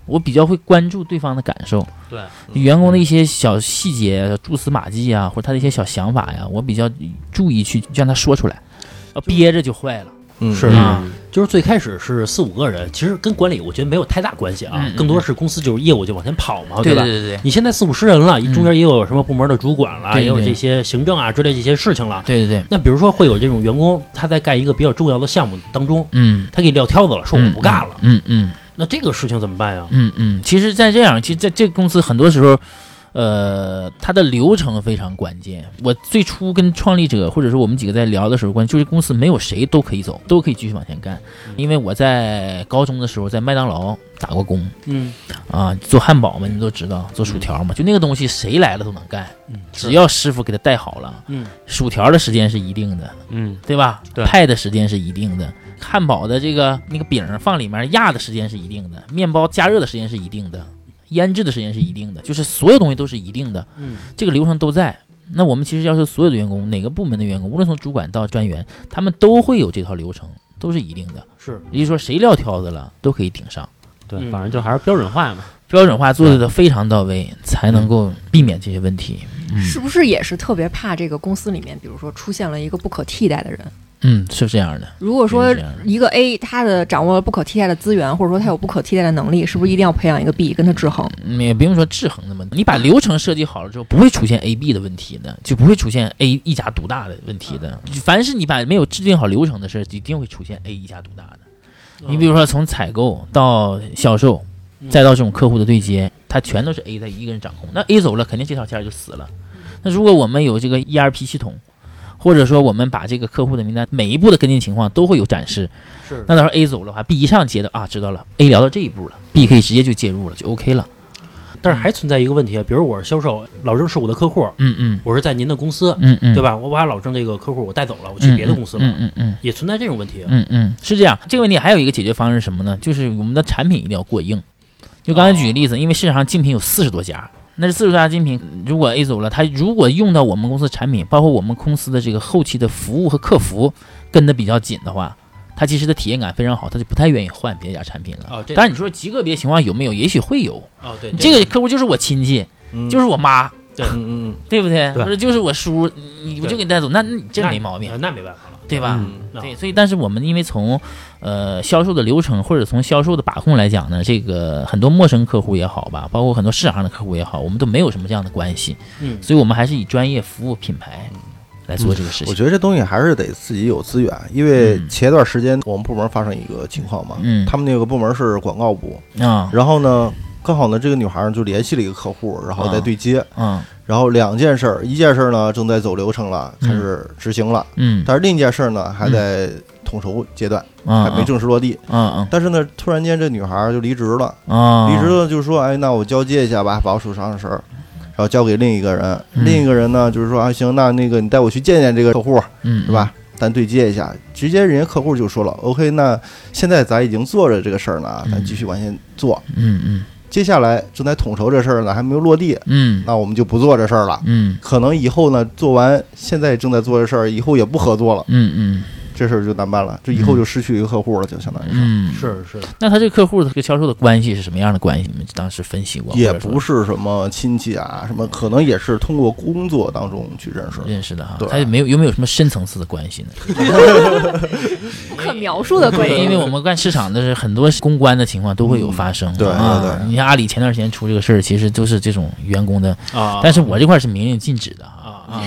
S5: 我比较会关注对方的感受，
S6: 对
S5: 员工的一些小细节、蛛丝马迹啊，或者他的一些小想法呀，我比较注意去让他说出来，呃憋着就坏了。
S4: 嗯
S2: 是
S5: 啊
S2: 就是最开始是四五个人，其实跟管理我觉得没有太大关系啊，
S5: 嗯嗯
S2: 更多是公司就是业务就往前跑嘛，
S5: 对
S2: 吧？
S5: 哦对对
S2: 你现在四五十人了，中间也有什么部门的主管了，
S5: 对对
S2: 也有
S5: 对
S2: 这些行政啊之类这些事情了。
S5: 对对对，
S2: 那比如说会有这种员工，他在干一个比较重要的项目当中，
S5: 嗯，
S2: 他给撂挑子了，说我不干了，
S5: 嗯嗯。嗯
S2: 那这个事情怎么办呀？
S5: 嗯，嗯，其实，在这样，其实在这个公司很多时候，呃，它的流程非常关键。我最初跟创立者或者说我们几个在聊的时候，关于就是公司没有谁都可以
S2: 嗯
S5: 走，都可以继续往前干。因为我在高中的时候在麦当劳打过工
S2: 嗯，
S5: 啊，做汉堡嘛，你们都知道，做薯条嘛，就那个东西谁来了都能干，只要师傅给他带好了，
S2: 嗯，
S5: 薯条的时间是一定的，
S6: 嗯
S5: 对吧？
S6: 对
S5: 派的时间是一定的，汉堡的这个那个饼儿放里面压的时间是一定的，面包加热的时间是一定的，腌制的时间是一定的，就是所有东西都是一定的，
S2: 嗯，
S5: 这个流程都在。那我们其实要求所有的员工，哪个部门的员工，无论从主管到专员，他们都会有这套流程，都是一定的。
S2: 是
S5: 也就是说，谁撂挑子了，都可以顶上。
S6: 对
S2: 嗯，
S6: 反正就还是标准化嘛。
S5: 标准化做的非常到位，才能够避免这些问题。
S3: 是不是也是特别怕这个公司里面，比如说出现了一个不可替代的人？
S5: 嗯，是这样的。
S3: 如果说
S5: 是啊这样的
S3: 一个 A 他的掌握了不可替代的资源，或者说他有不可替代的能力，是不是一定要培养一个 B 跟他制衡？
S5: 嗯也不用说制衡的问题，你把流程设计好了之后，不会出现 A、B 的问题的，就不会出现 A 一家独大的问题的。凡是你把没有制定好流程的事儿，一定会出现 A 一家独大的。你比如说从采购到销售，再到这种客户的对接，它全都是 A 在一个人掌控。那 A 走了，肯定这条线儿就死了。那如果我们有这个 ERP 系统，或者说我们把这个客户的名单每一步的跟进情况都会有展示，
S2: 是
S5: 那到时候 A 走的话，B 一上接的啊，知道了，A 聊到这一步了，B 可以直接就介入了，就 OK 了。
S2: 但是还存在一个问题啊，比如我是销售，老郑是我的客户，
S5: 嗯嗯
S2: 我是在您的公司，
S5: 嗯嗯，
S2: 对
S5: 吧？
S2: 吧？我把老郑这个客户我带走了，我去别的公司了，
S5: 嗯嗯嗯
S2: 也存在这种问题。啊
S5: 嗯嗯，是这样。这个问题还有一个解决方案是什么呢？就是我们的产品一定要过硬。就刚才举个例子，因为市场上竞品有四十多家，那这四十多家竞品，如果 A 走了，他如果用到我们公司产品，包括我们公司的这个后期的服务和客服跟得比较紧的话，他其实的体验感非常好，他就不太愿意换别家产品了。
S2: 啊，这
S5: 当然，你说极个别情况有没有？也许会有。
S2: 啊，对，
S5: 这个客户就是我亲戚，就是我妈，
S4: 嗯嗯
S5: 对不对？
S6: 对
S5: 或者就是我叔，你你不就给你带走？那那你这
S2: 那
S5: 没毛病
S2: 啊，那没办法了。
S5: 对吧？
S4: 嗯
S2: 啊
S5: 对，所以但是我们因为从呃销售的流程或者从销售的把控来讲呢，这个很多陌生客户也好吧，包括很多市场上的客户也好，我们都没有什么这样的关系，
S2: 嗯
S5: 所以我们还是以专业服务品牌来做这个事
S4: 嗯我
S5: 情。
S4: 觉得这东西还是得自己有资源，因为
S5: 嗯
S4: 前段时间我们部门发生一个情况嘛，
S5: 嗯
S4: 他们那个部门是广告部，
S5: 啊
S4: 然后呢，刚好呢，这个女孩儿就联系了一个客户，然后在对接，
S5: 嗯
S4: 然后两件事儿，一件事儿呢正在走流程了，
S5: 嗯
S4: 开始执行了，
S5: 嗯，啊
S4: 但是另一件事儿呢还在统筹阶段，还
S5: 还
S4: 没正式落地。
S5: 嗯
S4: 但是呢，突然间这女孩儿就离职了，
S5: 嗯啊，
S4: 离职了就说，哎，那我交接一下吧，把我手上的事儿。然后交给另一个人，
S5: 嗯
S4: 另一个人呢，就是说啊，行，那那个你带我去见见这个客户，
S5: 嗯
S4: 是？吧？咱对接一下，直接人家客户就说了，OK，那现在咱已经做着这个事儿呢，啊咱继续往前做。
S5: 嗯嗯
S4: 接下来正在统筹这事儿呢，还没有落地，
S5: 嗯
S4: 那我们就不做这事儿了。
S5: 嗯
S4: 可能以后呢，做完现在正在做这事儿，以后也不合作了，
S5: 嗯嗯
S4: 这事儿就难办了，这以后就失去一个客户了，就相当于是。
S5: 嗯。
S2: 是是，
S5: 那他这客户和销售的关系是什么样的关系？你们当时分析过？
S4: 也
S5: 或者说
S4: 不是什么亲戚啊，什么可能也是通过工作当中去认识的。
S5: 认识的哈，
S4: 对
S5: 他也没有有没有什么深层次的关系呢？
S3: 不可描述的关
S5: 对，因为
S3: 系。
S5: 我们干市场的是很多公关的情况都会有发生。
S4: 嗯对
S5: 啊
S4: 对对
S5: 你像阿里前段时间出这个事儿，其实都是这种员工的，
S2: 啊，
S5: 但是我这块是明令禁止的啊
S2: 啊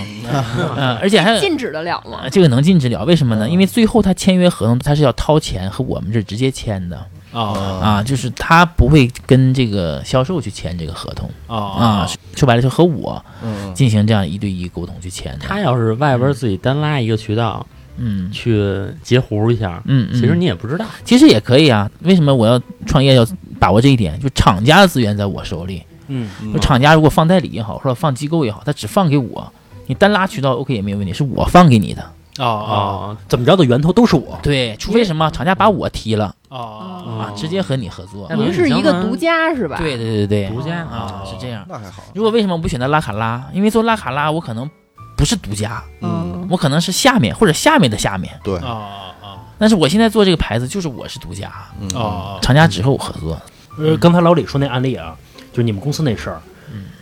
S5: 啊，而且 [LAUGHS] 还有
S3: 禁止得了吗
S5: 啊？这个能禁止了，为什么
S4: 嗯
S5: 呢？因为最后他签约合同，他是要掏钱和我们这儿直接签的
S2: 啊
S4: 嗯
S2: 啊
S5: 啊，就是他不会跟这个销售去签这个合同
S2: 啊
S5: 啊，说白了就和我
S4: 嗯，
S5: 进行这样一对一沟通去签的。
S6: 他要是外边自己单拉一个渠道
S5: 嗯
S6: 去截胡一下，
S5: 嗯，嗯
S6: 其实你也不知道。
S5: 其实也可以啊。为什么我要创业要把握这一点？就厂家的资源在我手里，
S2: 嗯
S5: 就厂家如果放代理也好，或者放机构也好，他只放给我，你单拉渠道 OK 也没有问题，是我放给你的。
S2: 啊啊，
S6: 哦，
S2: 怎么着的源头都是我
S5: 对，除非什么厂家把我踢了
S2: 啊
S5: 啊
S6: 哦，
S5: 直接和你合作。
S6: 那
S3: 您是一个独家是吧？
S5: 对对对对，
S6: 独家
S5: 啊是这样。
S4: 那还好。
S5: 如果为什么我不选择拉卡拉？因为做拉卡拉我可能不是独家，
S3: 嗯，
S5: 我可能是下面或者下面的下面。
S4: 对
S2: 啊，啊
S5: 但是我现在做这个牌子就是我是独家，
S4: 嗯
S2: 啊啊！
S5: 厂家只和我合作。
S2: 呃，刚才老李说那案例啊，就是你们公司那事儿，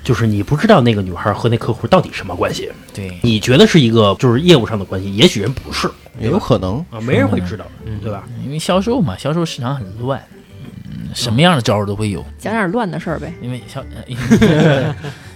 S2: 就是你不知道那个女孩和那客户到底什么关系，
S5: 对，
S2: 你觉得是一个就是业务上的关系，也许人不是
S4: 也有可能。
S2: 啊，没人会知道，
S6: 嗯
S2: 对吧？
S5: 因为销售嘛，销售市场很乱，嗯，什么样的招儿都会有。
S3: 讲点乱的事儿呗。
S5: [LAUGHS] 因为销，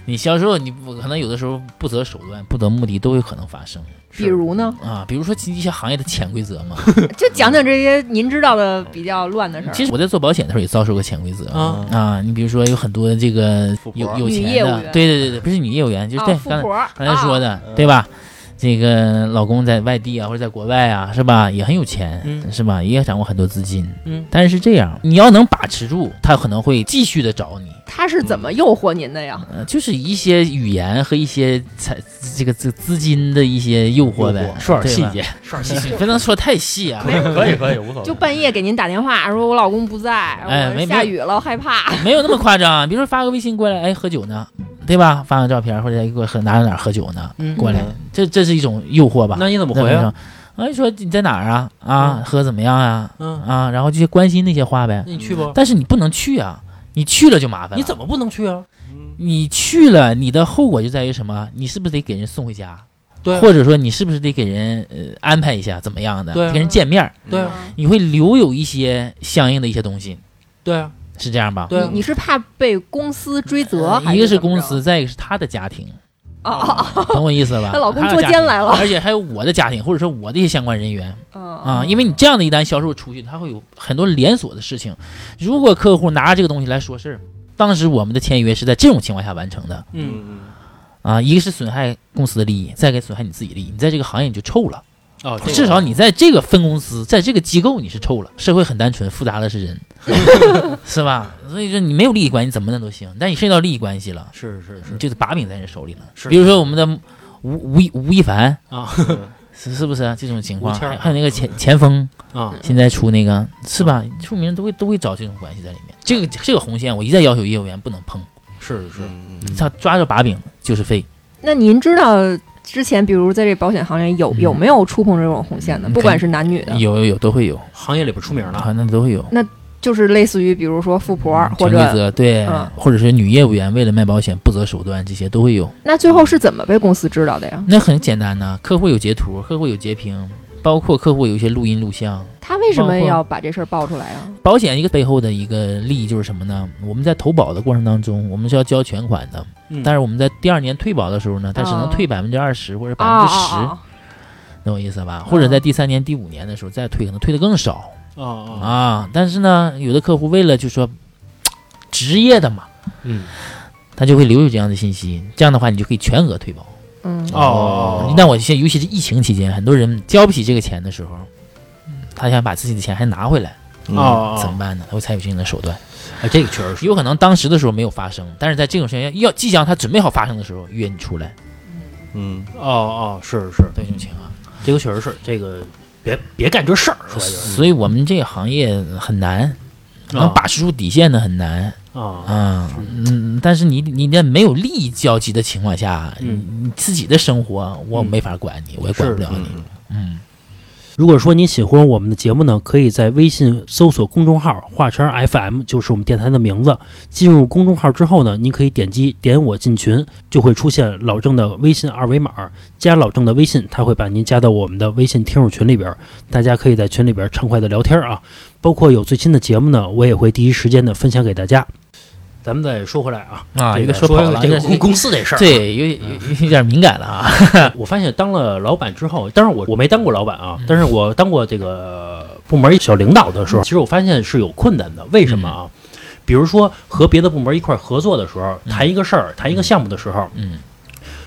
S5: 你销售你不可能有的时候不择手段、不择目的都有可能发生
S3: 比
S5: [LAUGHS]
S3: 如呢，
S5: 啊。比如说一些行业的潜规则嘛，
S3: 就讲讲这些您知道的比较乱的事儿。
S5: 其实我在做保险的时候也遭受过潜规则
S2: 啊
S5: 啊。你比如说有很多这个
S4: 富婆
S5: 有有
S3: 女
S5: 钱
S3: 业务
S5: 的，
S3: 员
S5: 对对对对，不是女业务员，就是
S3: 啊，
S5: 对
S3: 富
S5: 刚才
S3: 婆儿
S5: 刚才说的，
S4: 嗯
S5: 对吧？这个老公在外地啊，或者在国外啊，是吧？也很有钱，
S2: 嗯
S5: 是吧？也掌握很多资金，
S2: 嗯。
S5: 但是是这样，你要能把持住，他可能会继续的找你，
S3: 啊他是怎么诱惑您的呀？
S5: 呃，就是一些语言和一些财这个这个资金的一些诱惑
S4: 诱
S5: 呗
S4: 惑，
S5: 说点
S6: 细节，
S5: 说点细 [LAUGHS] 节，不能说太细啊。
S6: 可以可以，无所谓。
S3: 就半夜给您打电话说，我老公不在，
S5: 哎
S3: 我
S5: 没
S3: 下雨了，害怕。
S5: 没有那么夸张，啊比如说发个微信过来，哎，喝酒呢，对吧？发个照片或者哎给我喝哪哪哪喝酒呢，
S2: 嗯
S5: [LAUGHS] 过来，这这是一种诱惑吧？
S2: 那你怎么
S5: 那
S2: 回
S5: 么
S2: 啊？
S5: 说？哎，说你在哪儿啊？啊，
S2: 嗯
S5: 喝怎么样啊？
S2: 嗯
S5: 啊，然后就关心那些话呗
S2: 那。你去不？
S5: 但是你不能去啊，你去了就麻烦了。嗯
S2: 你怎么不能去啊？
S5: 你去了，你的后果就在于什么？你是不是得给人送回家？
S2: 对啊
S5: 或者说你是不是得给人呃安排一下怎么样的？
S2: 对啊
S5: 跟人见面儿，
S2: 对啊，
S3: 嗯
S5: 你会留有一些相应的一些东西，
S2: 对啊，
S5: 是这样吧？
S2: 对啊
S3: 你，你是怕被公司追责，还
S5: 呃一个是
S3: 怎么
S5: 公
S3: 着
S5: 司，再一个是他的家
S3: [LAUGHS]
S5: 庭，
S3: 啊啊
S5: 懂我意思吧？
S3: 她老公
S5: 他的
S3: 捉
S5: 家
S3: 奸
S5: 庭
S3: 来了
S5: 而且还有我的家庭，或者说我的一些相关人员
S3: 啊
S5: 啊、
S2: 嗯
S3: 啊！
S5: 因为你这样的一单销售出去，他会有很多连锁的事情。如果客户拿着这个东西来说事儿，当时我们的签约是在这种情况下完成的，
S2: 嗯
S5: 啊，一个是损害公司的利益，再一个损害你自己利益，你在这个行业你就臭了。
S2: 哦，这个
S5: 至少你在这个分公司，在这个机构你是臭了。社会很单纯，复杂的是人，是吧？所以说你没有利益关系，怎么弄都行。但你涉及到利益关系了，
S2: 是是
S5: 你
S2: 是
S5: 这个把柄在人手里了。
S2: 是
S5: 比如说我们的吴吴亦吴亦凡
S2: 啊，
S5: [LAUGHS] 是是不是、啊、这种情况？
S2: 吴谦儿嗯
S5: 还还有那个前前锋，
S2: 啊
S5: 现在出那个是吧？出名都会都会找这种关系在里面。这个这个红线，我一再要求业务员不能碰，
S2: 是是
S5: 他抓着把柄就是废。
S3: 那您知道之前，比如在这保险行业有
S5: 嗯
S3: 有没有触碰这种红线的？
S5: 嗯
S3: 不管是男女的，
S5: 有有有都会有，
S2: 行业里边出名了
S5: 啊，那都会有。
S3: 就是类似于比如说富婆
S5: 嗯
S3: 或
S5: 潜规
S3: 者，
S5: 则对
S3: 嗯，
S5: 或者是女业务员为了卖保险不择手段，这些都会有。
S3: 那最后是怎么被公司知道的呀？
S5: 那很简单呐，客户有截图，客户有截屏，包括客户有一些录音录像。
S3: 他为什
S5: 包
S3: 么
S5: 括
S3: 要把这事儿爆出来啊呀？
S5: 保险一个背后的一个利益就是什么呢？我们在投保的过程当中，我们是要交全款的，
S2: 嗯
S5: 但是我们在第二年退保的时候呢，它只能
S3: 哦
S5: 退百分之二十或者百
S3: 啊
S5: 分之
S3: 啊
S5: 十，
S3: 啊！
S5: 懂我意思吧？或者在第三年、第五年的时候再退，可能退的更少
S2: 啊啊
S5: 啊。但是呢，有的客户为了就说。嘖职业的嘛，
S6: 嗯，
S5: 他就会留有这样的信息。这样的话，你就可以全额退保。
S3: 嗯，
S2: 哦，
S5: 那我现在尤其是疫情期间，很多人交不起这个钱的时候，嗯他想把自己的钱还拿回来，
S4: 嗯
S2: 哦，
S5: 怎么办呢？他会采取这样的手段。
S2: 哎，这个确实是，
S5: 有可能当时的时候没有发生，但是在这种情况下，要即将他准备好发生的时候，约你出来，
S4: 嗯，
S2: 哦哦，是是，
S5: 对这种情况。
S2: 这个确实是，这个别别干这事儿，说白就是
S5: 所以我们这个行业很难，能
S2: 啊
S5: 把持住底线的很难
S2: 啊，
S5: 啊。嗯，但是你你在没有利益交集的情况下，
S2: 嗯
S5: 你自己的生活我
S2: 嗯
S5: 没法管你，我也管不了你。嗯，
S2: 如果说您喜欢我们的节目呢，可以在微信搜索公众号“画圈 FM”，就是我们电台的名字。进入公众号之后呢，您可以点击“点我进群”，就会出现老郑的微信二维码，加老郑的微信，他会把您加到我们的微信听友群里边儿，大家可以在群里边儿畅快的聊天啊。包括有最新的节目呢，我也会第一时间的分享给大家。咱们再说回来啊，
S5: 啊，
S2: 这
S5: 有
S2: 个
S5: 点说
S2: 说
S5: 跑了，
S2: 这
S5: 有
S2: 个
S5: 点
S2: 公公司这事儿啊，
S5: 对，有有有有点敏感了啊。
S2: 我发现当了老板之后，当然我我没当过老板啊，
S5: 嗯
S2: 但是我当过这个部门小领导的时候，其实我发现是有困难的。为什么
S5: 嗯
S2: 啊？比如说和别的部门一块儿合作的时候，谈一个事儿、谈一个项目的时候，
S5: 嗯，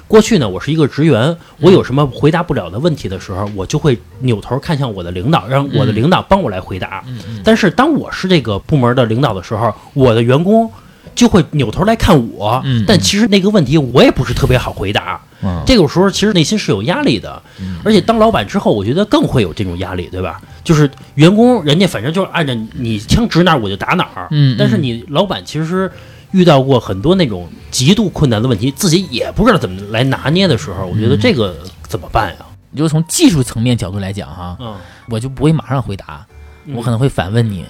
S2: 过去呢，我是一个职员，我有什么回答不了的问题的时候，我就会扭头看向我的领导，让我的领导帮我来回答。
S5: 嗯嗯
S2: 但是当我是这个部门的领导的时候，我的员工就会扭头来看我，
S5: 嗯
S2: 但其实那个问题我也不是特别好回答。
S5: 嗯
S2: 这个时候其实内心是有压力的，而且当老板之后，我觉得更会有这种压力，对吧？就是员工人家反正就是按照你枪指哪儿我就打哪儿，
S5: 嗯嗯
S2: 但是你老板其实遇到过很多那种极度困难的问题，自己也不知道怎么来拿捏的时候，我觉
S5: 嗯
S2: 得这个怎么办呀？
S5: 你就从技术层面角度来讲哈，
S2: 嗯，
S5: 我就不会马上回答，
S2: 嗯
S5: 我可能会反问你，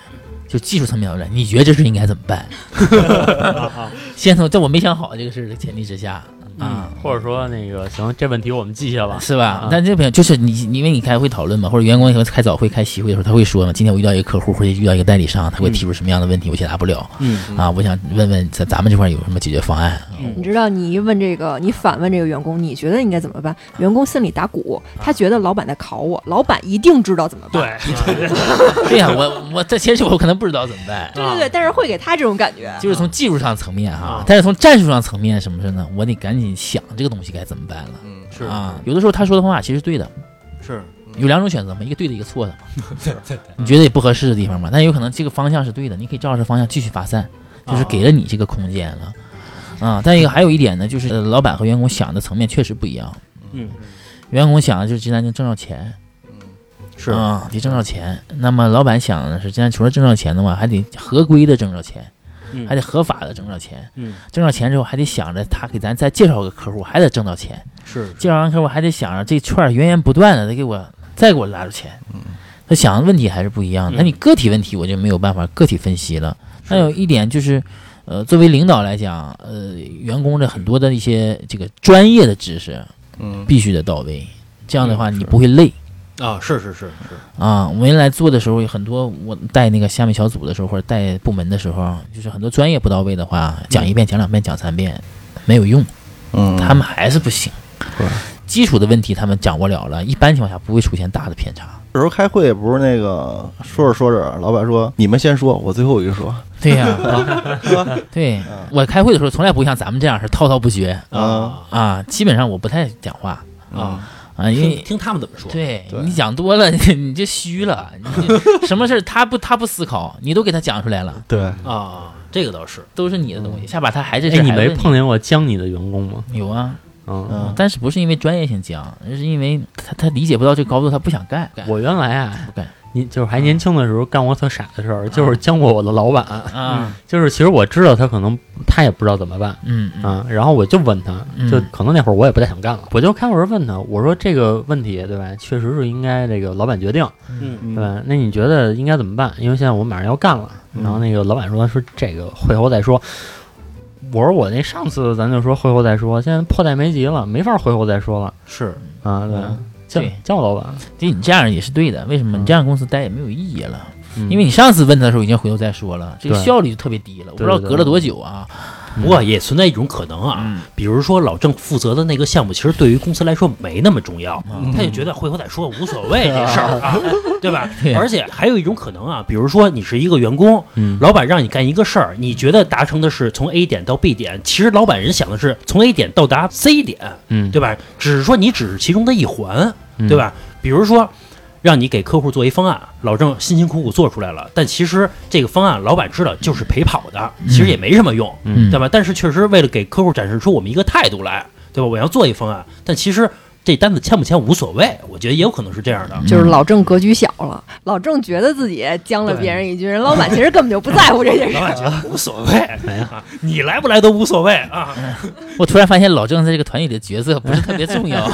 S5: 就技术层面角度来，你觉得这事应该怎么
S2: [LAUGHS]
S5: 办？先从这我没想好这个事儿的前提之下啊。
S6: 或者说那个行，这问题我们记下了。
S5: 是吧
S6: 啊？
S5: 但这边就是你，因为你开会讨论嘛，或者员工也会开早会、开席会的时候，他会说嘛，今天我遇到一个客户或者遇到一个代理商，他会提出什么样的问题，我解答不了，
S2: 嗯
S5: 啊，我想问问咱咱们这块有什么解决
S2: [LAUGHS]
S5: 方案？
S3: 你知道，你一问这个，你反问这个员工，你觉得应该怎么办？员工心里打鼓，他觉得老板在考我，老板一定知道怎么办。
S2: 对，
S5: 对呀、我我这其实我可能不知道怎么办，
S3: 对对对，但是会给他这种感觉。
S5: 就是从技术上层面哈
S2: 啊，
S5: 但是从战术上层面什么事呢？我得赶紧想这个东西该怎么办了。
S2: 嗯是
S5: 啊，有的时候他说的方法其实对的，
S2: 是，嗯
S5: 有两种选择嘛，一个对的，一个错的嘛。你觉得有不合适的地方嘛？但有可能这个方向是对的，你可以照着这方向继续发散，就是给了你这个空间了。啊，但一个还有一点呢，就是呃老板和员工想的层面确实不一样。
S2: 嗯，
S5: 员工想的就是今天能挣到钱，
S2: 是
S5: 啊，得挣到钱。那么老板想的是，今天除了挣到钱的话，还得合规的挣到钱，
S2: 嗯
S5: 还得合法的挣到钱。
S2: 嗯，
S5: 挣到钱之后，还得想着他给咱再介绍个客户，还得挣到钱。
S2: 是
S5: 介绍完客户，还得想着这串儿源源不断的得给我再给我拉住钱。
S2: 嗯
S5: 他想的问题还是不一样的。那你个体问题，我就没有办法个体分析了。还有一点就是，呃，作为领导来讲，呃，员工的很多的一些这个专业的知识，
S4: 嗯
S5: 必须得到位。这样的
S2: 嗯
S5: 话，你不会累。
S2: 啊，是是是是，
S5: 啊，我原来做的时候有很多，我带那个下面小组的时候，或者带部门的时候，就是很多专业不到位的话，讲一遍、讲两遍、讲三遍没有用，
S4: 嗯，
S5: 他们还是不行。基础的问题他们掌握了了，一般情况下不会出现大的偏差。
S4: 有时候开会也不是那个说着说着，老板说你们先说，我最后一个说
S5: 对呀、 [LAUGHS] 对
S4: 嗯
S5: 我开会的时候从来不像咱们这样是滔滔不绝
S4: 啊
S5: 啊，基本上我不太讲话
S2: 啊，
S5: 啊，因
S2: 听
S5: 为。
S2: 听他们怎么说，
S5: 对
S4: 嗯 [LAUGHS] 对
S5: 你讲多了， [LAUGHS] 你你就虚了，你就
S4: [LAUGHS]
S5: 什么事儿他不他不思考，你都给他讲出来了，
S4: 对，
S2: 啊，这个倒是，
S5: 都是你的东西。下把他还这事
S6: 哎，
S5: 儿
S6: 你
S5: 还
S6: 没
S5: 问
S6: 碰见过将你的员工吗？
S5: 有啊，
S6: 嗯，
S4: 嗯
S5: 但是不是因为专业性僵，而是因为他他理解不到这个高度，他不想干。
S6: 我原来啊
S5: 不干，
S6: 你就是还年轻的时候干过特傻的事儿，就是将过我的老板，
S5: 啊，
S6: 就是其实我知道他可能他也不知道怎么办。
S5: 嗯嗯
S6: 啊，然后我就问他，就
S5: 嗯
S6: 可能那会儿我也不太想干了，我就开口问他，我说这个问题对吧，确实是应该这个老板决定，
S2: 嗯
S6: 对吧？那你觉得应该怎么办？因为现在我马上要干了。
S5: 嗯
S6: 然后那个老板说说这个会后再说。我说我那上次咱就说会后再说，现在迫在眉睫了，没法会后再说了
S2: 是
S6: 啊。对吧，叫
S5: 对
S6: 叫老板，
S5: 对你这样也是对的。为什么
S6: 嗯
S5: 你这样公司待也没有意义了？
S6: 嗯
S5: 因为你上次问他的时候已经回头再说了，这个
S6: 对
S5: 效率就特别低了。我不知道
S6: 对对
S5: 隔了多久啊，
S2: 不过也存在一种可能啊，
S5: 嗯
S2: 比如说老郑负责的那个项目，其实对于公司来说没那么重要，他就觉得回头再说无所谓这事儿啊，对吧？
S5: 对
S2: 而且还有一种可能啊，比如说你是一个员工，
S6: 嗯
S2: 老板让你干一个事儿，你觉得达成的是从 A 点到 B 点，其实老板人想的是从 A 点到达 C 点，
S6: 嗯
S2: 对吧？只是说你只是其中的一环，
S6: 嗯
S2: 对吧？比如说，让你给客户做一方案，老郑辛辛苦苦做出来了，但其实这个方案老板知道就是陪跑的，其实也没什么用，
S5: 嗯
S2: 对吧？但是确实为了给客户展示出我们一个态度来，对吧？我要做一方案，但其实这单子签不签无所谓，我觉得也有可能是这样的。
S3: 就是老郑格局小了，老郑觉得自己将了别人一军，人老板其实根本就不在乎这件事
S5: [LAUGHS]
S2: 老。板觉得无所谓，啊，你来不来都无所谓啊。
S5: 我突然发现老郑在这个团体的角色不是特别重
S6: [LAUGHS]
S5: 要。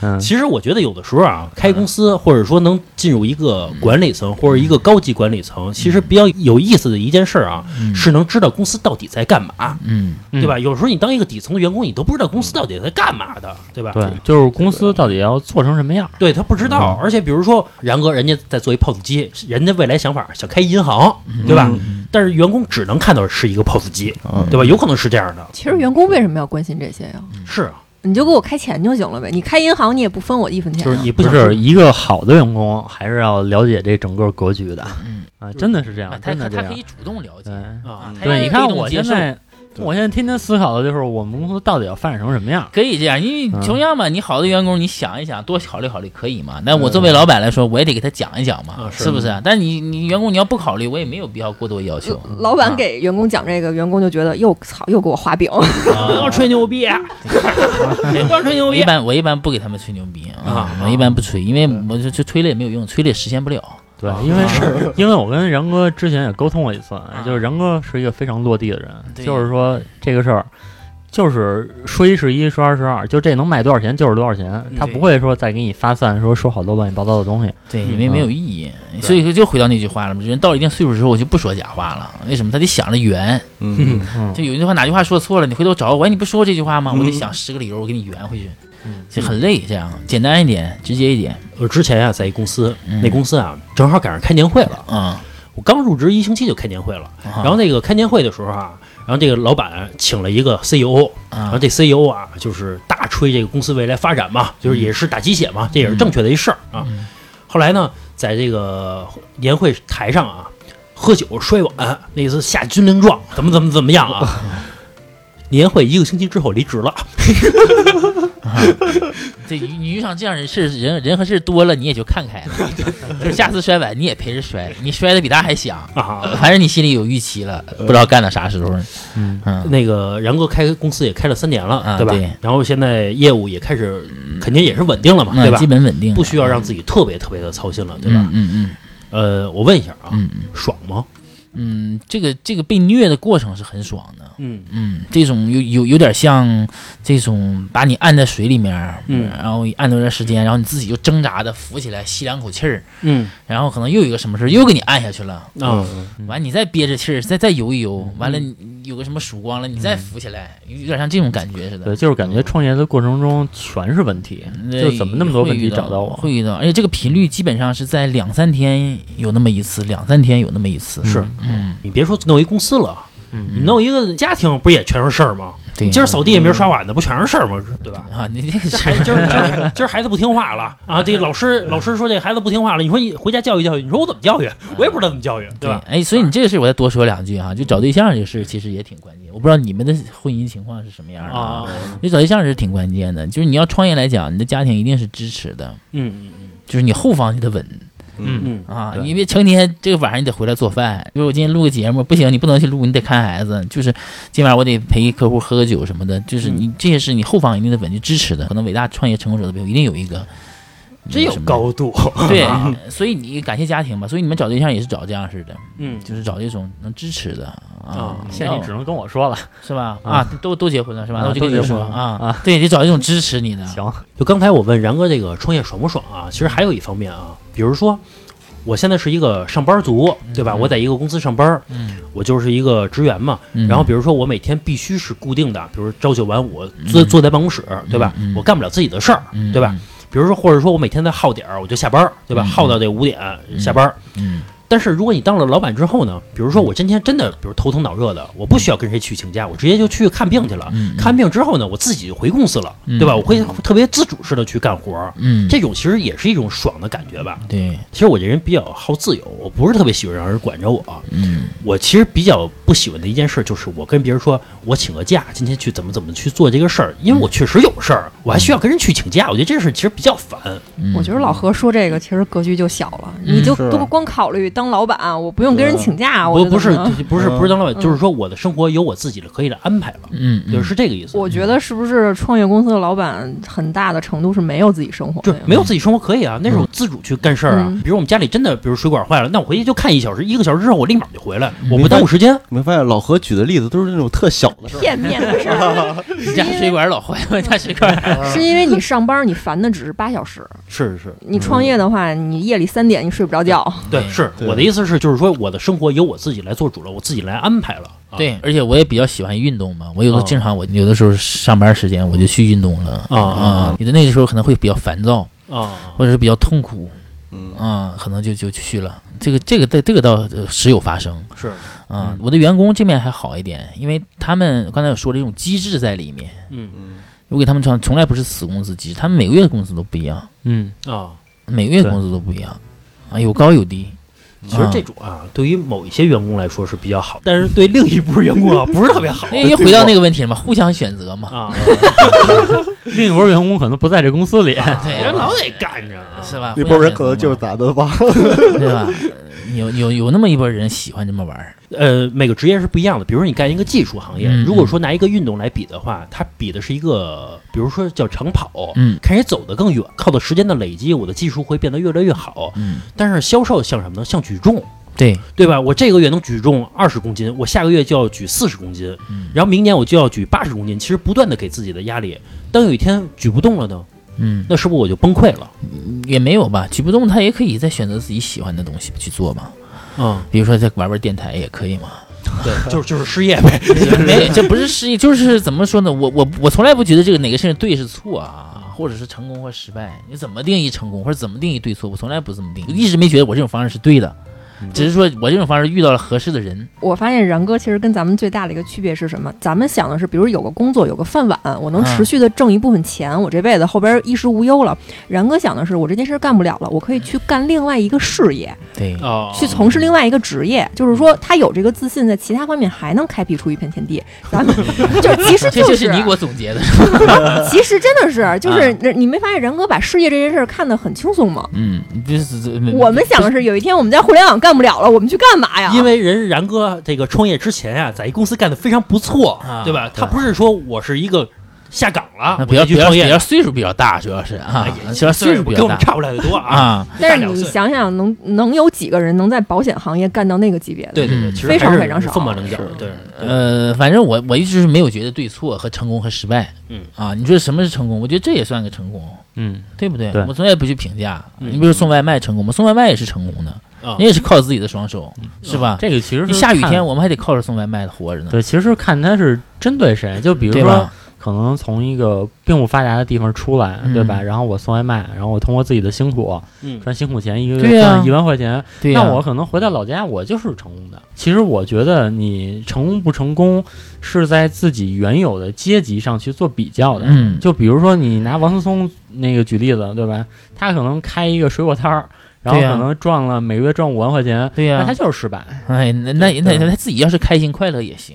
S6: 嗯
S2: 其实我觉得有的时候啊，开公司或者说能进入一个管理层或者一个高级管理层，其实比较有意思的一件事儿啊，是能知道公司到底在干嘛，
S5: 嗯，
S6: 嗯
S2: 对吧？有时候你当一个底层的员工，你都不知道公司到底在干嘛的，对吧？
S6: 对，就是公司到底要做成什么样？
S2: 对他不知道，而且比如说然哥，人家在做一 POS 机，人家未来想法想开银行，对吧？但是员工只能看到是一个 POS 机，
S4: 嗯
S2: 对吧？有可能是这样的，
S3: 其实员工为什么要关心这些呀？
S2: 是啊
S3: 你就给我开钱就行了呗，你开银行你也不分我一分钱
S2: 就
S3: 啊。
S2: 是你不
S6: 不
S2: 想
S6: 是一个好的员工，还是要了解这整个格局的。
S5: 嗯
S6: 啊，真的是这样，
S5: 他
S6: 真
S5: 他
S6: 的这
S5: 他
S6: 样
S5: 可。以主动了解
S6: 对
S2: 啊
S5: 啊，，他
S6: 对，
S5: 也
S6: 你
S5: 可以主
S6: 看
S5: 动
S6: 我
S5: 接
S6: 现
S5: 受
S6: 在，
S4: 对
S6: 我现在天天思考的就是我们公司到底要发展成什么样？
S5: 可以这样，因为
S6: 嗯
S5: 同样嘛，你好的员工，你想一想，多考虑考虑，可以嘛？那我作为老板来说，我也得给他讲一讲嘛
S2: 嗯啊，是
S5: 是不是啊？但你你员工你要不考虑，我也没有必要过多
S2: [LAUGHS]
S5: 要求。
S3: 老板给员工讲这个，员工就觉得哟操，又给我画饼。
S2: 不要吹牛逼，不要吹牛
S5: 啊我
S2: 逼
S5: 一。般我一般不给他们吹牛逼啊
S2: 啊，
S5: 我一般不吹，因为我就就吹了也没有用，吹了也实现不了。
S6: 对，因
S5: 啊
S6: 为
S5: [LAUGHS]
S6: 是，因为我跟然哥之前也沟通过一次，就是然哥是一个非常落地的人，
S5: 对
S6: 就是说这个事儿，就是说一是一，说二是二，就这能卖多少钱就是多少钱，他不会说再给你发散，说说好多乱七八糟的东西。
S5: 对，
S2: 嗯
S5: 因为没有意义，
S2: 啊
S5: 所以说就回到那句话了嘛，人到了一定岁数之后，我就不说假话了。为什么？他得想着圆。
S4: 嗯，
S6: 嗯，
S5: 就有一句话，哪句话说错了，你回头找我，哎喂，你不说这句话吗？
S2: 嗯
S5: 我得想十个理由，我给你圆回去，就很累。这样简单一点，直接一点。
S2: 我之前啊，在一公司，
S5: 嗯
S2: 那公司啊，正好赶上开年会了。
S5: 嗯，
S2: 我刚入职一星期就开年会了，
S5: 啊
S2: 然后那个开年会的时候啊，然后这个老板请了一个 E CEO，然后
S5: 啊，
S2: 这 CEO 啊，就是大吹这个公司未来发展嘛，就是
S5: 嗯
S2: 也是打鸡血嘛，这也是正确的一事儿啊。后来呢，在这个年会台上啊，喝酒摔碗，那次下军令状，怎么怎么怎么样
S5: [LAUGHS]
S2: 啊？年会一个星期之后离职了，
S5: 这你你遇上这样的事，人人和事多了，你也就看
S2: [LAUGHS]
S5: 开了。就是下次摔碗，你也陪着摔，你摔的比他还响， [LAUGHS]
S2: 啊，
S5: 反正你心里有预期了，不知道干到啥时候。
S6: 嗯
S5: 嗯
S2: 那个然哥开公司也开了三年了，
S5: 啊
S2: 对吧？
S5: 对
S2: 然后现在业务也开始，肯定也是稳定了嘛，
S5: 那
S2: 对吧
S5: 嗯基？本稳定了，
S2: 不需要让自己特别特别的操心了，对吧
S5: 嗯？嗯嗯
S2: 呃，我问一下啊，
S5: 嗯嗯
S2: 爽吗？
S5: 嗯，这个这个被虐的过程是很爽的。
S2: 嗯
S5: 嗯，这种有有有点像这种把你按在水里面，
S2: 嗯
S5: 然后按多段时间，然后你自己就挣扎的浮起来，吸两口气儿，
S2: 嗯
S5: 然后可能又有一个什么事儿又给你按下去了，
S2: 啊，
S6: 嗯
S5: 完你再憋着气儿，再再游一游，完了你有个什么曙光了，你再浮起来，有有点像这种感觉似的
S6: 嗯对，。就是感觉创业的过程中全是问题，
S5: 嗯那
S6: 就怎么那么多
S5: 会
S6: 问
S5: 遇
S6: 题找到我？
S5: 会遇到，而且这个频率基本上是在两三天有那么一次，两三天有那么一次。
S2: 是，
S5: 嗯，
S2: 你别说弄一公司了，啊你弄一个家庭不也全是事儿吗？
S5: 对。嗯
S2: 今儿扫地，明儿刷碗的，不全是事儿吗？对吧？
S5: 啊，你这个
S2: 这孩
S5: 是
S2: 子今儿今儿今儿孩子不听话了啊！这老师老师说这孩子不听话了，你说你回家教育教育，你说我怎么教育？我也不知道怎么教育，对吧？
S5: 哎，所以你这个事儿我再多说两句哈、就找对象这个事儿其实也挺关键。我不知道你们的婚姻情况是什么样的
S2: 啊，，
S5: 就找对象是挺关键的。就是你要创业来讲，你的家庭一定是支持的，
S2: 嗯嗯
S5: 就是你后方就得稳
S2: 嗯
S5: 啊，
S2: 对
S5: 你别成天这个晚上你得回来做饭。比如我今天录个节目，不行，你不能去录，你得看孩子。就是今晚我得陪客户喝个酒什么的，就是
S2: 嗯
S5: 你这些事你后方一定得稳，就支持的。可能伟大创业成功者的背后一定有一个。
S2: 嗯，真有
S5: 什么
S2: 高度，
S5: [LAUGHS] 对，所以你感谢家庭吧，所以你们找对象也是找这样式的，
S2: 嗯
S5: 就是找这种能支持的啊
S2: 啊。
S6: 现在你只能跟
S5: [LAUGHS]
S6: 我说了，
S5: 是吧？
S6: 啊
S5: 啊，都都结婚了是吧？
S6: 啊
S5: 那我就跟你
S6: 都结婚
S5: 说
S6: 了
S5: 啊，对，得找一种支持你的。
S6: 行，
S2: 就刚才我问然哥这个创业爽不爽啊？其实还有一方面啊，比如说我现在是一个上班族，对吧？我在一个公司上班，
S5: 嗯，
S2: 我就是一个职员嘛。
S5: 嗯
S2: 然后比如说我每天必须是固定的，比如朝九晚五，坐坐在办公室，对吧
S5: 嗯嗯嗯？
S2: 我干不了自己的事儿，
S5: 嗯
S2: 对吧？比如说或者说我每天在耗点儿，我就下班儿，对吧？
S5: 嗯
S2: 耗到这五点下班儿。
S5: 嗯？
S2: 但是如果你当了老板之后呢，比如说我今天真的，比如头疼脑热的，我不需要跟谁去请假，我直接就去看病去了。
S5: 嗯
S2: 看病之后呢，我自己就回公司了，
S5: 嗯
S2: 对吧？我会特别自主式的去干活儿，
S5: 嗯，
S2: 这种其实也是一种爽的感觉吧。
S5: 对，
S2: 其实我这人比较好自由，我不是特别喜欢让人管着我。
S5: 嗯
S2: 我其实比较不喜欢的一件事就是我跟别人说我请个假，今天去怎么怎么去做这个事儿，因为我确实有事儿，
S4: 嗯
S2: 我还需要跟人去请假，我觉得这事儿其实比较烦。
S5: 嗯，
S3: 我觉得老何说这个其实格局就小了，
S2: 嗯
S3: 你就是都光考虑当老板，我不用跟人请假，啊我
S2: 不
S3: 觉得
S2: 不是
S3: 可能
S2: 不是不是当老板，
S3: 嗯
S2: 就是说我的生活有我自己的可以的安排了，
S5: 嗯，嗯
S2: 就是这个意思。
S3: 我觉得是不是创业公司的老板很大的程度是没有自己生活
S2: 就
S3: 的呀？
S2: 没有自己生活可以啊，那是我自主去干事儿啊。
S3: 嗯
S2: 比如我们家里真的，比如水管坏了，那我回去就看一小时，一个小时之后我立马就回来，我
S4: 嗯明
S2: 不
S4: 白
S2: 耽误时间。
S4: [LAUGHS] 你没发现老何举的例子都是那种特小的事儿，
S3: 片面的
S2: [LAUGHS]
S3: 事儿，
S5: 你家水管老坏，我家水管
S3: 是因为你上班你烦的只是八小时，
S2: 嗯
S4: 是是，
S3: 你创业的话，你夜里三点你睡不着觉，
S2: 对，是
S4: 对
S2: 我的意思是，就是说我的生活由我自己来做主了，我自己来安排了。啊、
S5: 对，而且我也比较喜欢运动嘛，我有的
S2: 哦
S5: 经常我有的时候上班时间我就去运动了
S2: 啊啊啊
S5: 你的那个时候可能会比较烦躁，
S2: 啊，
S5: 或者是比较痛苦
S4: 嗯，
S5: 啊，可能就就去了。这个这个这这个倒呃时有发生
S2: 嗯是
S4: 嗯
S5: 啊。我的员工这面还好一点，因为他们刚才有说这种机制在里面，
S2: 嗯
S5: 我给他们从从来不是死工资机制，他们每个月的工资都不一样，
S6: 嗯，
S2: 啊。
S5: 每个月工资都不一样啊，有高有低。
S2: 其实这种啊，对于某一些员工来说是比较好，但是对另一部分员工啊，不是特别好
S5: 因为又回到那个问题了嘛，互相选择嘛，
S2: 啊，
S6: [LAUGHS] 另一波员工可能不在这公司里，
S5: 对
S2: 人老得干着啊。
S5: 是吧？
S4: 啊那波人
S5: 互相选择
S4: 可能就
S5: 嘛
S4: 是咱们吧，
S5: 对吧？有有有那么一波人喜欢这么玩儿，
S2: 呃，每个职业是不一样的。比如说你干一个技术行业，
S5: 嗯
S2: 如果说拿一个运动来比的话，它比的是一个，比如说叫长跑，
S5: 嗯
S2: 看谁走得更远，靠的时间的累积，我的技术会变得越来越好。
S5: 嗯，
S2: 但是销售像什么呢？像举重，
S5: 对，
S2: 对吧？我这个月能举重二十公斤，我下个月就要举四十公斤，
S5: 嗯
S2: 然后明年我就要举八十公斤。其实不断的给自己的压力，当有一天举不动了呢，
S5: 嗯，
S2: 那是不是我就崩溃了？
S5: 也没有吧，举不动他也可以再选择自己喜欢的东西去做嘛，
S2: 嗯，
S5: 比如说再玩玩电台也可以嘛，
S2: 对，就是就是失业
S5: [LAUGHS]
S2: 呗。
S5: 没，这不是失忆，就是怎么说呢？我我我从来不觉得这个哪个事情对是错啊，或者是成功或失败，你怎么定义成功，或者怎么定义对错？我从来不这么定义，一直没觉得我这种方式是对的，
S2: 嗯
S5: 只是说我这种方式遇到了合适的人，
S3: 我发现然哥其实跟咱们最大的一个区别是什么？咱们想的是，比如有个工作，有个饭碗，我
S2: 嗯
S3: 能持续的挣一部分钱，我这辈子后边衣食无忧了。然哥想的是，我这件事干不了了，我可以去干另外一个事业，
S5: 对，
S2: 哦，
S3: 去从事另外一个职业。就是说，他有这个自信，在其他方面还能开辟出一片天地。咱们就是啊其实
S5: 这
S3: 就
S5: 这是你给我总
S2: [LAUGHS]
S5: 结的，
S3: [LAUGHS] 其实真的是，就是你没发现然哥把事业这件事儿看得很轻松吗？
S5: 嗯，这是这
S3: 我们想的是，有一天我们在互联网干不了了，我们去干嘛呀？
S2: 因为人然哥这个创业之前啊，在一公司干得非常不错，
S5: 啊
S2: 对吧？
S5: 对
S2: 他不是说我是一个下岗了，
S5: 那不要
S2: 我
S5: 不
S2: 就去
S5: 要
S2: 创
S5: 不
S2: 业
S5: 要，岁数比较大，主要是啊
S2: 哎呀，
S5: 主要岁数比
S2: 跟
S5: 较
S2: 我们
S5: 大
S2: 差不了太多啊。
S5: 啊，
S3: 但
S2: 大
S3: 是
S2: 两
S3: 你
S2: 岁
S3: 想想能，能有几个人能在保险行业干到那个级别的？
S2: 对
S5: 嗯
S2: 对对，其实
S3: 非常
S2: 还是
S3: 非常少
S2: 凤毛麟角
S4: 是。
S2: 对，对
S5: 呃，反正我我一直是没有觉得对错和成功和失败，
S2: 嗯
S5: 啊，你说什么是成功？我觉得这也算个成功，
S6: [LAUGHS] 嗯，
S5: 对不对？
S6: 对
S5: 我从来不去评价。
S2: 嗯
S5: 你比如说送外卖成功吗？送外卖也是成功的，
S2: 啊
S5: 你也是靠自己的双手，是吧？
S6: 嗯啊这个其实
S5: 你
S6: 是
S5: 啊下雨
S6: 看
S5: 天我们还得靠着送外卖活着呢，
S6: 对，其实是看他是针对谁，就比如
S5: 对
S6: 说
S5: 吧？
S6: 可能从一个并不发达的地方出来，对吧？
S5: 嗯
S6: 然后我送外卖，然后我通过自己的辛苦
S2: 嗯
S6: 赚辛苦钱，一个
S5: 对啊
S6: 月
S5: 呀
S6: 赚一万块钱，
S5: 对呀
S6: 那我可能回到老家，我就是成功的。其实我觉得你成功不成功，是在自己原有的阶级上去做比较的。
S5: 嗯，
S6: 就比如说你拿王思聪那个举例子，对吧？他可能开一个水果摊儿，然后
S5: 对呀
S6: 可能赚了每个月赚五万块钱，
S5: 对呀
S6: 那他就是失败。
S5: 哎，那那那
S6: 对
S5: 那他自己要是开心快乐也行，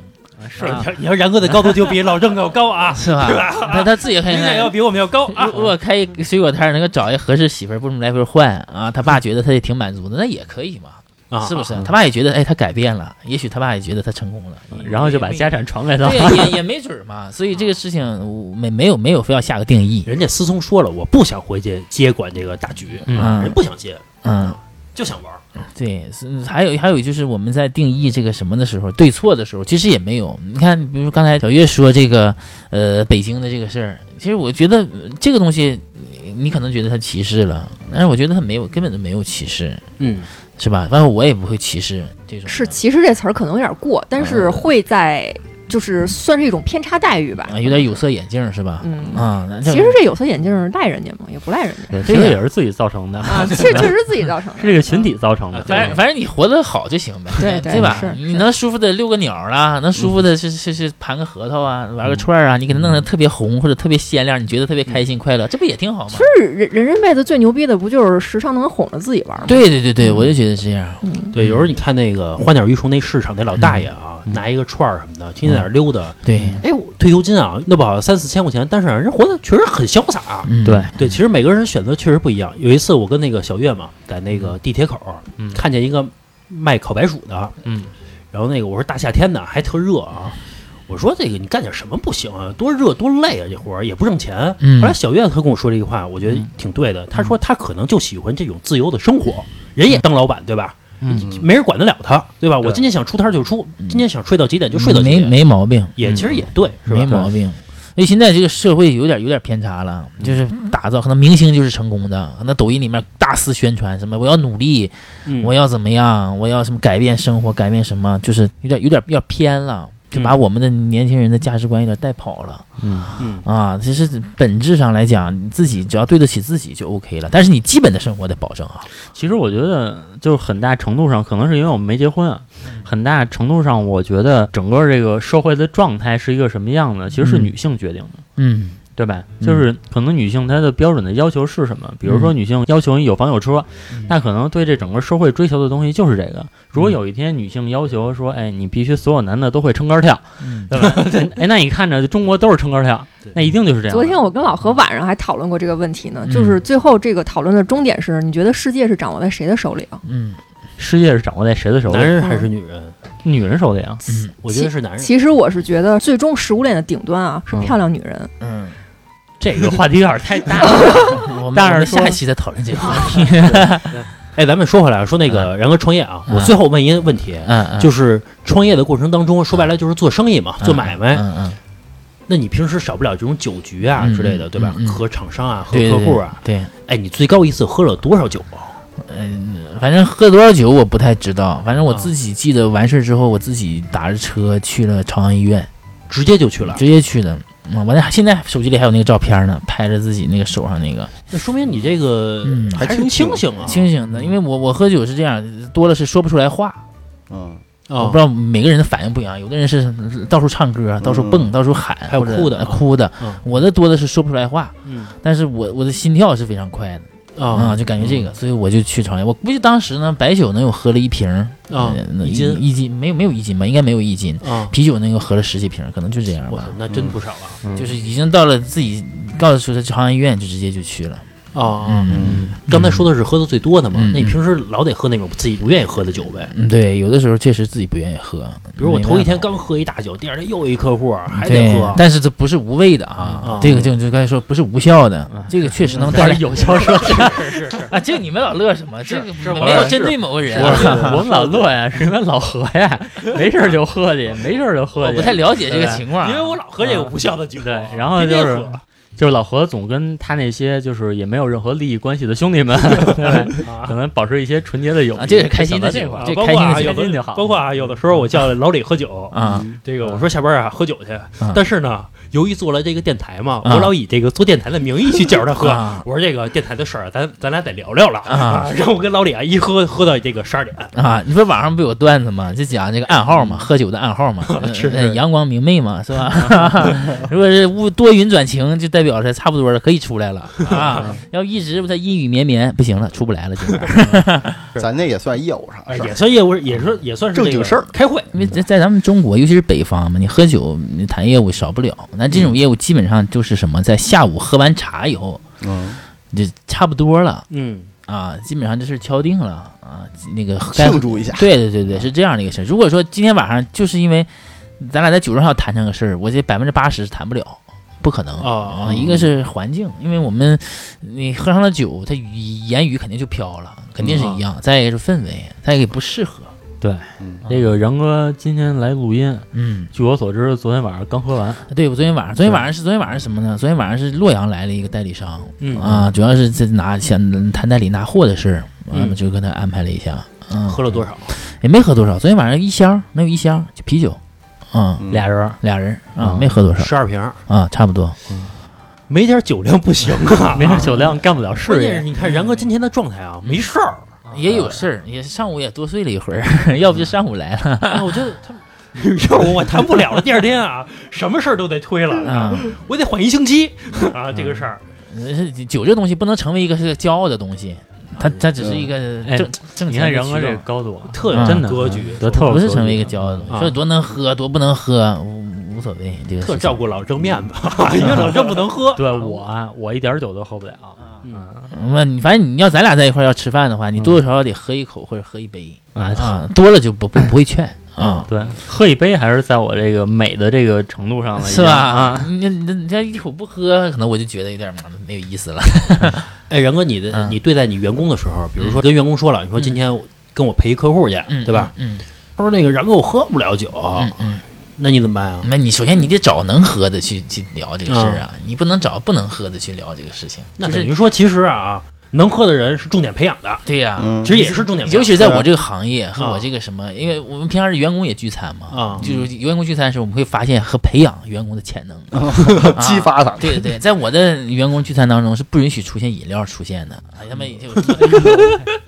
S6: 是
S2: 你要你要然哥的高度就比老郑要高啊，
S5: 是
S6: [LAUGHS]
S5: 吧？他他自己开
S2: 明
S5: 心快
S2: 显
S5: 乐
S2: 要比我们要高啊
S5: 如。如果开一个水果摊儿，能够找一合适媳妇儿，不能来回换啊，他爸觉得他也挺满足的，那也可以嘛，
S2: 啊
S5: 是不是？他爸也觉得，哎，他改变了，也许他爸也觉得他成功了，
S6: 然后就把
S5: 也
S6: 家产传给 [LAUGHS] 他。
S5: 对也也没准儿嘛。所以这个事情我没没有没有非要下个定义，
S2: 人家思聪说了，我不想回去接管这个大局，
S6: 嗯
S2: 啊人不想接，
S5: 嗯，
S2: 就想玩儿。
S5: 对。是还有还有就是我们在定义这个什么的时候，对错的时候，其实也没有。你看，比如刚才小月说这个呃北京的这个事儿，其实我觉得呃这个东西你你可能觉得他歧视了，但是我觉得他没有根本就没有歧视。
S2: 嗯，
S5: 是吧？反正我也不会歧视这种的。
S3: 是，其实这词儿可能有点过，但是会在就是算是一种偏差待遇吧。
S5: 啊，有点有色眼镜是吧？
S3: 嗯
S5: 啊，那这
S3: 其实这有色眼镜儿赖人家嘛，也不赖人家
S6: [LAUGHS] 对，这个也是自己造成的，
S3: 啊，其实确实自己造成的。
S6: [LAUGHS] 是这个群体造成的。
S5: 反正反正你活得好就行呗，
S3: 对对
S5: 对吧
S3: 是？
S5: 你能舒服的遛个鸟儿啦，能舒服的是是是盘个核桃啊，玩个串儿啊，你给它弄得特别红或者特别鲜亮，你觉得特别开心快乐，这不也挺好吗
S3: 其？实人人这辈子最牛逼的不就是时常能哄着自己玩吗？
S5: 对对对对，我就觉得这样。
S2: 对，有时候你看那个花鸟鱼虫那市场那老大爷啊，拿一个串儿什么的，天天在那儿溜达。
S5: 对，
S2: 哎，我退休金啊，那不好三四千块钱，但是啊人活得确实很潇洒啊。
S5: 嗯
S6: 对，
S2: 对，其实每个人选择确实不一样。有一次我跟那个小月嘛，在那个地铁口儿
S6: 嗯
S2: 看见一个卖烤白薯的，
S6: 嗯，
S2: 然后那个我说大夏天的还特热啊，我说这个你干点什么不行啊？多热多累啊，这活儿也不挣钱。
S5: 嗯
S2: 后来小月她跟我说这句话，我觉得
S5: 嗯
S2: 挺对的。她说她可能就喜欢这种自由的生活，人也当老板对吧？
S4: 嗯
S2: 没人管得了他，对吧？我
S6: 对
S2: 今天想出摊儿就出，今天想睡到几点就睡到几
S5: 嗯没
S2: 点，
S5: 没毛病，
S2: 也其实也对，是吧？
S5: 没毛病。因为现在这个社会有点有点偏差了，就是打造可能明星就是成功的，那抖音里面大肆宣传什么我要努力，
S2: 嗯
S5: 我要怎么样，我要什么改变生活，改变什么，就是有点有点要偏了，就把
S2: 嗯
S5: 我们的年轻人的价值观有点带跑了。
S2: 嗯
S5: 啊，其实本质上来讲，你自己只要对得起自己就 OK 了，但是你基本的生活得保证啊好。
S6: 其实我觉得，就很大程度上，可能是因为我们没结婚啊，
S5: 嗯
S6: 很大程度上，我觉得整个这个社会的状态是一个什么样的，其实是
S5: 嗯
S6: 女性决定的。
S5: 嗯
S6: 对吧？
S5: 嗯
S6: 就是可能女性她的标准的要求是什么？比如说
S5: 嗯
S6: 女性要求你有房有车，
S5: 嗯
S6: 那可能对这整个社会追求的东西就是这个。如果有一天女性要求说，哎，你必须所有男的都会撑杆跳，
S5: 嗯 [LAUGHS]
S6: 对吧？对哎，那你看着中国都是撑杆跳，那一定就是这样
S3: 昨
S6: 的。
S3: 天我跟老何晚上还讨论过这个问题呢，
S5: 嗯
S3: 就是最后这个讨论的终点是，你觉得世界是掌握在谁的手里啊？
S5: 嗯
S6: 世界是掌握在谁的手里
S2: 男？人还是女人？
S6: 女人手里啊。
S5: 嗯
S2: 我觉得是男人。
S3: 其实我是觉得，最终食物链的顶端啊是
S6: 嗯
S3: 漂亮女人。
S5: 嗯，
S6: 这个话题有点太大了。
S5: 我们
S6: 但
S5: 我们
S6: 是说
S5: 下一期再讨
S2: [LAUGHS]
S5: 论这个问题。
S2: 哎，咱们说回来，说那个然哥创业啊，
S5: 嗯
S2: 我最后问一个问题，
S5: 嗯，嗯
S2: 就是创业的过程当中，说白了就是做生意嘛，做买卖。
S5: 嗯嗯，
S2: 那你平时少不了这种酒局啊之类的，
S5: 嗯
S2: 对吧
S5: 嗯嗯？
S2: 和厂商啊，和
S5: 对
S2: 客户啊。，
S5: 对对，
S2: 哎，你最高一次喝了多少酒啊？
S5: 对反正喝多少酒我不太知道，反正我
S2: 啊
S5: 自己记得完事儿之后，我自己打着车去了朝阳医院，
S2: 直接就去了。
S5: 直接去的。嗯，我那现在手机里还有那个照片呢，拍着自己那个手上那个，
S2: 那说明你这个
S5: 嗯
S2: 还是
S4: 还挺
S2: 清醒啊，
S5: 清醒的，因为我我喝酒是这样，多了是说不出来话，
S4: 嗯
S5: 我
S2: 啊
S5: 不知，道每个人的反应不一样，有的人是到处唱歌，到处蹦，
S4: 嗯
S5: 到处喊，
S2: 还有
S5: 或者呃
S2: 哭的啊
S5: 哭的
S2: 嗯。
S5: 我的多的是说不出来话，
S2: 嗯
S5: 但是我我的心跳是非常快的啊，
S2: 啊
S5: 就感觉这个，所以我就去朝阳。我估计当时呢，白酒能有喝了一瓶儿
S2: 啊
S5: 呃那
S2: 一斤
S5: 一斤没有没有一斤吧，应该没有一斤。
S2: 啊！
S5: 啤酒能有喝了十几瓶儿，可能就这样
S2: 我
S5: 吧
S2: 操。，那真不少啊
S5: 就是已经到了自己告诉说朝阳医院，就直接就去了。
S2: 啊！
S5: 嗯
S4: 嗯，
S2: 刚才说的是喝的最多的嘛，
S5: 嗯
S2: 那你平时老得喝那种自己不愿意喝的酒呗？
S5: 嗯，对，有的时候确实自己不愿意喝，啊
S2: 比如我
S5: 没
S2: 头一
S5: 办法
S2: 天刚喝一大酒，第二天又一客户啊还得
S5: 对，
S2: 喝，
S5: 但是这不是无味的啊，
S2: 嗯
S5: 这个就就刚才说不是无效的，这个确实 [LAUGHS] 能带来
S6: 有效社会，
S5: 啊。嗯哎 [LAUGHS] 这个你们老乐什么？这个
S6: 是
S5: 没有针对某个人啊，
S6: [LAUGHS] 我们老乐呀，是因为老何呀，没事儿就喝去，没事儿就喝
S5: 我
S6: 去，
S5: 哦不太了解这个情况啊。
S2: 因为我老喝这个无效的酒，
S6: 对，然后
S2: 天
S6: 就
S2: 天
S6: 是
S2: 喝
S6: 就是老何总跟他那些就是也没有任何利益关系的兄弟们，
S5: [LAUGHS]
S6: 可能保持一些纯洁的友谊，
S5: 啊啊这是开心的
S6: 这
S5: 这块
S2: 啊
S5: 这
S2: 包
S5: 开
S2: 括
S5: 心
S2: 啊，
S5: 就
S2: 有
S6: 开心
S2: 的
S6: 就好
S2: 包括啊，有的时候我叫老李喝酒，
S5: 啊，
S2: 这个我说下班啊喝酒去，但是呢，由于做了这个电台嘛，
S5: 啊
S2: 我老以这个做电台的名义去叫着他喝
S5: 啊，
S2: 我说这个电台的事儿，咱咱俩得聊聊了 [LAUGHS]
S5: 啊，
S2: 然后我跟老李啊一喝喝到这个十二点，
S5: 啊，你不是网上不有段子吗？就讲这个暗号嘛，喝酒的暗号嘛，呃
S2: 是
S5: 呃阳光明媚嘛，是吧？ [LAUGHS] 如果是乌多云转晴，就代表着差不多了，可以出来了啊。要一直在阴雨绵绵，不行了，出不来了，就是。
S4: 咱那也算业务上
S2: 哎
S4: 事
S2: 也
S4: 儿，
S2: 算业务，也是也算是
S4: 正
S2: 这
S4: 经
S2: 个
S4: 事儿
S2: 开会，
S5: 因为在在咱们中国，尤其是北方嘛，你喝酒你谈业务少不了。那这
S2: 嗯
S5: 种业务基本上就是什么，在下午喝完茶以后，
S4: 嗯，
S5: 就差不多了
S2: 嗯，
S5: 啊，基本上这事儿敲定了啊，那个该
S4: 庆祝一下，
S5: 对对对对，是这样的一个事儿。如果说今天晚上就是因为咱俩在酒桌上要谈成个事儿，我这百分之八十谈不了，不可能
S2: 哦
S5: 啊一个是环境，因为我们你喝上了酒，他语言语肯定就飘了，肯定是
S2: 嗯
S5: 一
S2: 啊
S5: 样。再一个是氛围，再一个也不适合。
S6: 这个然哥今天来录音，
S5: 嗯，
S6: 据我所知，昨天晚上刚喝完，
S5: 啊对，我昨天晚上，昨天晚上是昨天晚上什么呢？昨天晚上是洛阳来了一个代理商，
S2: 嗯
S5: 啊，主要是在拿想谈代理拿货的事儿，完
S2: 嗯
S5: 了就跟他安排了一下，嗯，
S2: 喝了多少？
S5: 也没喝多少，昨天晚上一箱能有一箱就啤酒，嗯，
S4: 嗯
S6: 俩人儿
S5: 俩人啊，
S6: 嗯
S5: 没喝多少
S2: 十二瓶儿，
S5: 啊，差不多。
S2: 没点酒量不行啊，
S6: 没点酒量干不了
S2: 关
S6: 事
S2: 键是
S6: 业。
S2: 你看然哥今天的状态啊，没事儿，
S5: 也有事儿，也上午也多睡了一会儿， [LAUGHS] 要不就上午来了
S2: 哎，我觉得他们 [LAUGHS] 要是我我谈不了了，第二天啊，什么事儿都得推了
S5: 啊。
S2: 我得缓一星期啊，这个事儿。
S5: 呃酒这东西不能成为一个是骄傲的东西，它它只是一个
S6: 哎
S5: 挣挣
S6: 你
S5: 钱
S6: 看
S5: 的
S6: 人哥
S5: 渠
S6: 这
S5: 道
S6: 个高度，啊
S2: 特
S5: 有
S6: 真的
S2: 格局
S6: 得特有
S5: 不是
S6: 格
S5: 成为一
S6: 局
S5: 个骄傲的东西，
S2: 啊
S5: 说多能喝多不能喝无无所谓，这个
S2: 特
S5: 事情
S2: 照顾老郑面子，因为老郑不能喝。
S6: 对我啊，我一点儿酒都喝不了。
S5: 啊
S6: 嗯
S5: 那你反正你要咱俩在一块儿要吃饭的话，你多多少少得喝一口或者喝一杯
S6: 啊，
S5: 啊，多了就不不不会劝啊，
S6: 对，喝一杯还是在我这个美的这个程度上了，
S5: 是吧？
S6: 啊，
S5: 啊，你你你这一口不喝，可能我就觉得有点嘛没有意思了。
S2: 哎，然哥，你的
S5: 嗯
S2: 你对待你员工的时候，比如说跟员工说了，你说今天跟我陪一客户去，对吧？？
S5: 嗯
S2: 他说那个然哥我喝不了酒，
S5: 嗯嗯，
S2: 那你怎么办啊？
S5: 那你首先你得找能喝的去去聊这个事儿啊，你不能找不能喝的去聊这个事情。
S2: 那
S5: 就
S2: 等
S5: 是
S2: 于说，其实啊，能喝的人是重点培养的，
S5: 对呀，
S4: 嗯
S2: 其实也是重点培
S5: 尤
S2: 养的。
S5: 其在我这个行业和
S2: 啊
S5: 我这个什么，因为我们平常是员工也聚餐嘛，
S2: 啊
S5: 就是员工聚餐的时候，我们会发现和培养员工的潜能，啊
S4: 激发他。
S5: 对对，在我的员工聚餐当中是不允许出现饮料出现的，哎，他们也
S2: [LAUGHS]
S5: 就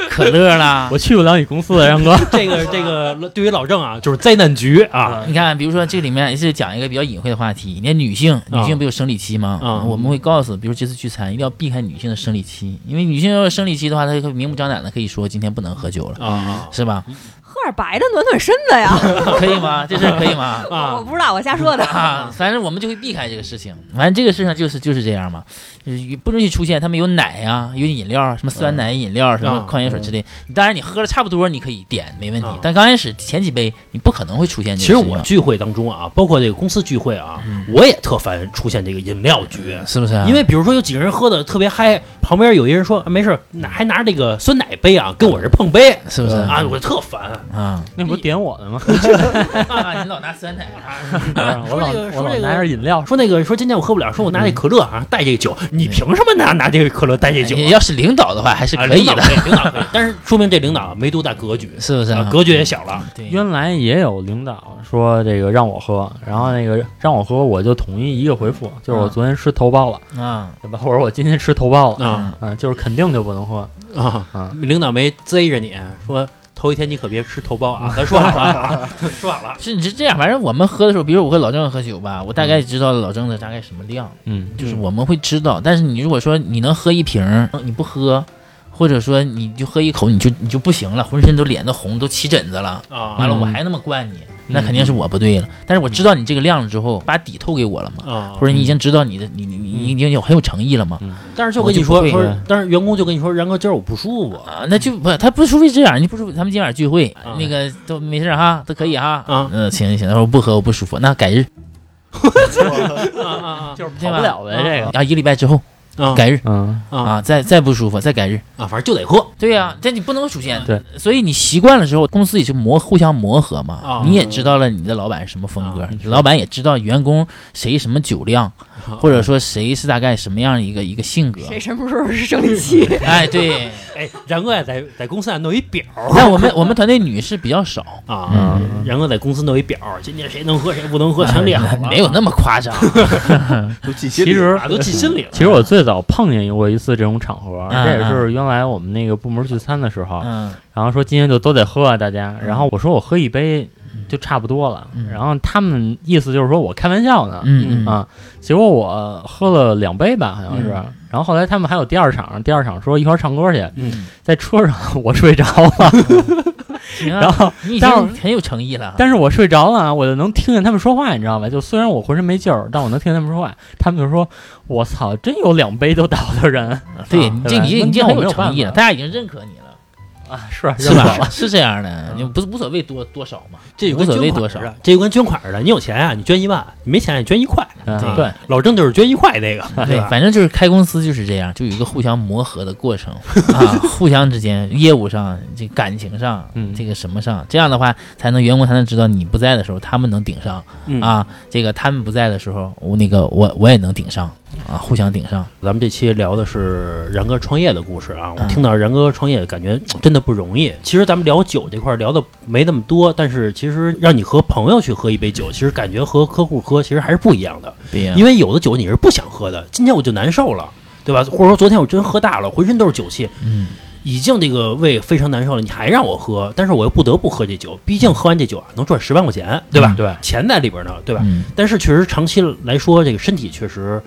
S5: 可乐啦。
S6: 我去不了你公司的，杨
S5: [LAUGHS]
S6: 哥。
S2: 这个这个对于老郑啊，就是灾难局啊，
S5: 你看，比如说这里面是讲一个比较隐晦的话题，你看女性，女性不有生理期吗？
S2: 啊
S5: 我们会告诉，比如这次聚餐一定要避开女性的生理期，因为女性要是生理期的话，她就明目张胆的可以说今天不能喝酒了，
S2: 啊
S5: 是吧？
S3: 喝点白的暖暖身子呀。
S5: 可以吗？这事儿可以吗？
S2: 啊
S3: 我不知道，我瞎说的。
S2: 嗯
S5: 啊，反正我们就会避开这个事情。反正这个事情就是就是这样嘛，就是不允许出现他们有奶呀、有饮料啊，什么酸奶饮料啊、什
S2: 嗯
S5: 么矿泉水之类。当然你喝了差不多，你可以点没问题
S2: 啊。
S5: 但刚开始前几杯你不可能会出现这
S2: 其实
S5: 个事情。
S2: 我聚会当中啊，包括这个公司聚会啊，我也特烦出现这个饮料局。
S5: 是不是啊？
S2: 因为比如说有几个人喝的特别嗨，旁边有一人说、啊没事，拿还拿着这个酸奶杯啊，跟我这碰杯
S5: 是不是
S2: 啊，我特烦。
S5: 啊？
S6: 那不点我的吗？
S5: 啊你老拿酸奶啊？
S6: 我老
S2: [LAUGHS] 说这个
S6: 我
S2: 说
S6: 老
S2: 这个
S6: 拿点饮料，
S2: 说那个说今天我喝不了，说我
S5: 嗯
S2: 拿这可乐啊带这酒，你凭什么拿拿这个可乐带这酒
S5: 你要是领导的话还是
S2: 啊？
S5: 嗯哎可以
S2: 哎啊
S5: 的，
S2: 领导可以，领导可 [LAUGHS] 以，但是说明这领导没多大格局，
S5: 是不是
S2: 啊
S5: 啊？
S2: 格局也小了。
S5: 对，
S6: 原来也有领导说这个让我喝，然后那个让我喝，我就统一一个回复，就是我昨天吃头孢了，
S5: 啊
S6: 对吧？ [LAUGHS] 或者我今天吃头孢了，
S2: 啊
S6: 嗯，就是肯定就不能喝。
S5: 嗯
S2: 啊
S6: 啊！
S2: 领导没贼着你说头一天你可别吃头孢啊，咱说好了
S5: [LAUGHS]
S2: 啊，说好了。
S5: 是你是这样，反正我们喝的时候，比如我和老郑喝酒吧，我大概知道老郑的大概什么量。
S6: 嗯，
S5: 就是我们会知道，但是你如果说你能喝一瓶儿，你不喝，或者说你就喝一口，你就你就不行了，浑身都脸都红，都起疹子了，
S2: 啊
S5: 完了
S6: 嗯
S5: 我还那么灌你，那肯定是我不对了。但是我知道你这个量了之后，把底透给我了
S6: 嗯
S5: 嘛，
S2: 啊
S5: 或者你已经知道你的你你你已经有很有诚意了嘛，
S6: 嗯
S2: 但是就
S5: 我
S2: 跟
S5: 就
S2: 你
S5: 不
S2: 说
S5: 会
S2: 说
S6: 了，
S2: 但是员工就跟你说，然哥今儿我不舒服
S5: 啊，那就不他不是为这样，你不是咱们今晚聚会
S6: 嗯
S2: 啊，
S5: 那个都没事儿哈，都可以哈，
S2: 啊
S5: 嗯，行行行，他说我不喝我不舒服，那改日
S2: 啊啊
S6: 就是
S5: 对
S6: 跑
S5: 吧
S6: 不了呗，这个。
S5: 啊一个礼拜之后
S2: 啊
S5: 改日
S6: 嗯，
S2: 啊
S5: 啊，再再不舒服再改日。
S2: 啊，反正就得喝
S5: 对呀、但你不能出现。
S6: 对，
S5: 所以你习惯了之后，公司也就磨互相磨合嘛。
S2: 啊
S5: 你也知道了你的老板是什么风格，
S2: 啊
S5: 老板也知道员工谁什么酒 [LAUGHS] 量，或者说谁是大概什么样一个一个性格。
S3: 谁什么时候是生理期？
S5: 哎， [LAUGHS] 对，
S2: 哎，然哥呀，在在公司啊弄一表
S5: 但我们我们团队女士比较 [LAUGHS] 少，
S2: 啊，然哥在公司弄一表，今天谁能喝谁不能喝全列好了，
S5: 啊没有那么夸 [LAUGHS] 张。
S4: 都记心里
S6: 其实
S2: 啊，都记心里了。
S6: 其实我最早碰见过一次这种场合，
S2: 啊
S5: 嗯
S6: 这也是原来我们那个部门聚餐的时候，
S5: 嗯，
S6: 然后说今天就都得喝啊，大家。然后我说我喝一杯就差不多了，
S5: 嗯
S6: 然后他们意思就是说我开玩笑呢，
S5: 嗯嗯
S6: 啊，结果我喝了两杯吧，好像是。
S5: 嗯
S6: 然后后来他们还有第二场，第二场说一块儿唱歌去，
S2: 嗯
S6: 在车上我睡着了， [LAUGHS]
S5: 行
S6: 然
S5: 啊，
S6: 后
S5: 你已
S6: 待会
S5: 经
S6: 儿
S5: 很有诚意了。
S6: 但是我睡着了啊，我就能听见他们说话，你知道吧？就虽然我浑身没劲儿，但我能听见他们说话。他们就说：“我操，真有两杯都倒的人
S5: 对，
S6: 啊
S5: 你
S6: 对
S5: 这你这
S6: 吧那
S5: 你已经
S6: 那
S5: 很
S6: 我没
S5: 有
S6: 有办
S5: 诚意
S6: 法
S5: 了，大家已经认可你了，
S6: 啊！”是
S5: 是
S6: 认可
S5: 吧？[LAUGHS]
S6: 了
S5: 是这样的，你不无所谓多多少嘛，
S2: 嗯这就
S5: 无
S2: 跟
S5: 所
S2: 捐
S5: 谓
S2: 款
S5: 多
S2: 似
S5: 少。
S2: 的，这就跟捐款似的，你有钱啊，你捐一万；你没钱啊，你捐一块。
S6: 嗯
S2: 啊
S5: 对，
S2: 老郑就是捐一块那个，
S5: 对，
S2: 吧？
S5: 反正就是开公司就是这样，就有一个互相磨合的
S2: [LAUGHS]
S5: 过程啊，互相之间业务上、这感情上、
S6: 嗯
S5: 这个什么上，这样的话才能员工才能知道你不在的时候他们能顶上、
S2: 嗯
S5: 啊，这个他们不在的时候我那个我我也能顶上啊，互相顶上。
S2: 咱们这期聊的是然哥创业的故事啊，我
S5: 嗯
S2: 听到然哥创业，感觉真的不容易。其实咱们聊酒这块儿聊的没那么多，但是其实让你和朋友去喝一杯酒，其实感觉和客户喝其实还是不一样的。
S5: 不一样
S2: 因为有的酒你是不想喝的，今天我就难受了，对吧？或者说昨天我真喝大了，浑身都是酒气，
S5: 嗯，
S2: 已经这个胃非常难受了，你还让我喝，但是我又不得不喝这酒，毕竟喝完这酒啊能赚十万块钱，对吧？
S6: 嗯对
S2: 钱在里边呢，对吧？
S5: 嗯
S2: 但是确实长期来说，这个身体确实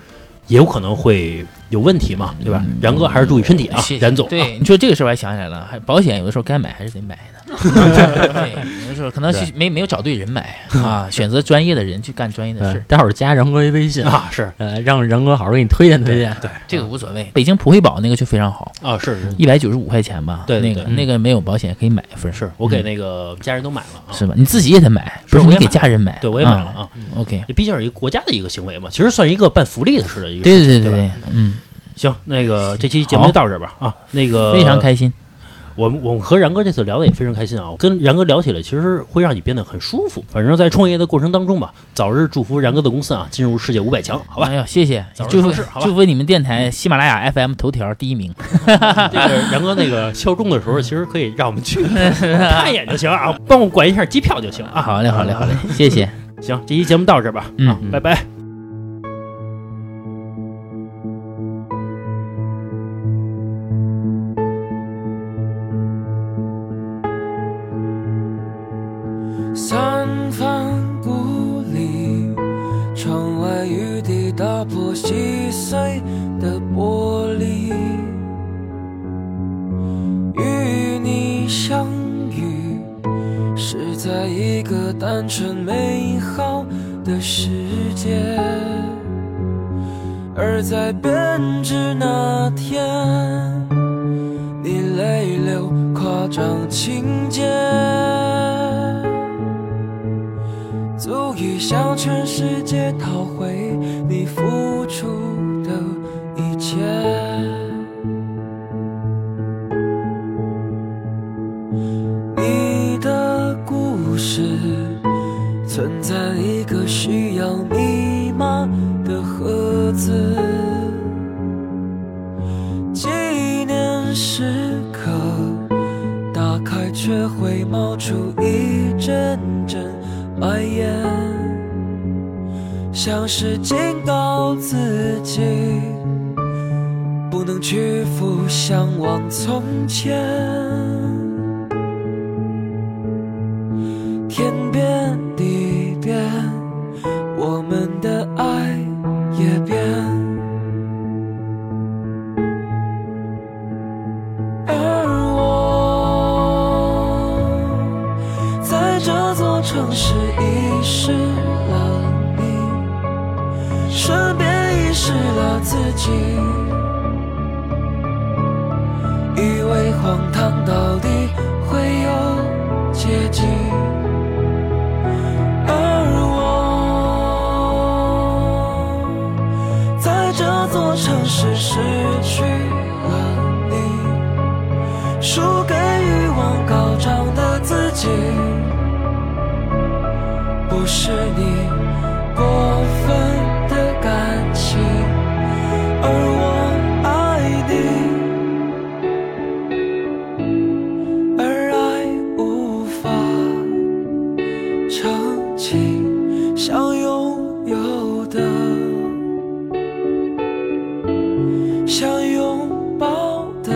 S2: 也有可能会有问题嘛，对吧？然哥还是注意身体啊，
S5: 嗯谢谢
S2: 冉总、啊。
S5: 对，你说这个事儿我还想起来了，还保险有的时候该买还是得买
S2: [LAUGHS]
S5: 的。对，有的时候可能是没没有找对人买
S2: [LAUGHS]
S5: 啊，选择专业的人去干专业的
S6: 对
S5: 事，，
S6: 待会儿加然哥一微信，
S2: [LAUGHS] 啊，是
S6: 呃，让然哥好好给你推荐推荐。对，
S2: 哎
S5: 这个无所谓。北京普惠保那个就非常好，
S2: 啊，是是
S5: 一百九十五块钱吧，
S2: 对对
S5: 那个
S2: 对
S5: 那个没有保险可以买一份，
S2: 是，我给
S5: 嗯
S2: 那个家人都买了啊，
S5: 是吧？你自己也得买，
S2: 是
S5: 不
S2: 我
S5: 是你
S2: 也
S5: 给
S2: 买
S5: 家人买，
S2: 对我也买了
S5: 啊。
S2: 啊，
S5: OK，
S2: 这毕竟是一个国家的一个行为嘛，其实算是一个办福利的事的一个。
S5: 对
S2: 对
S5: 对对
S2: 吧
S5: 对，嗯，
S2: 行，那个这期节目就到这儿吧啊，那个
S5: 非常开心，
S2: 我们我们和然哥这次聊的也非常开心啊，跟然哥聊起来，其实会让你变得很舒服。反正，在创业的过程当中吧，早日祝福然哥的公司啊进入世界五百强，好吧
S5: 哎？呦，谢谢
S2: 呃早，日
S5: 祝
S2: 上
S5: 福
S2: 市好吧
S5: 祝福你们电台喜马拉雅 FM 头条第
S2: [LAUGHS]
S5: 一名，
S2: 这
S5: [LAUGHS]
S2: 个然哥那个敲钟的时候，其实可以让我们去看一眼就行啊，帮我管一下机票就行啊。
S5: 好嘞好嘞好嘞，谢谢，
S2: 行，这期节目到这儿吧，
S5: 嗯
S2: 啊，拜拜。
S7: 三番故里，窗外雨滴打破细碎的玻璃。与你相遇，是在一个单纯美好的世界，而在编织那天。你泪流夸张情节，足以向全世界讨回你付出的一切。你的故事存在一个需要密码的盒子。纪念时刻，打开却会冒出一阵阵白烟，像是警告自己，不能屈服，向往从前。天变地变，我们的爱也变。而我在这座城市遗失了你，顺便遗失了自己，以为荒唐到底会有捷径。而我在这座城市失去了你。输给欲望高涨的自己，不是你过分的感情，而我爱你，而爱无法澄清想拥有的，想拥抱的。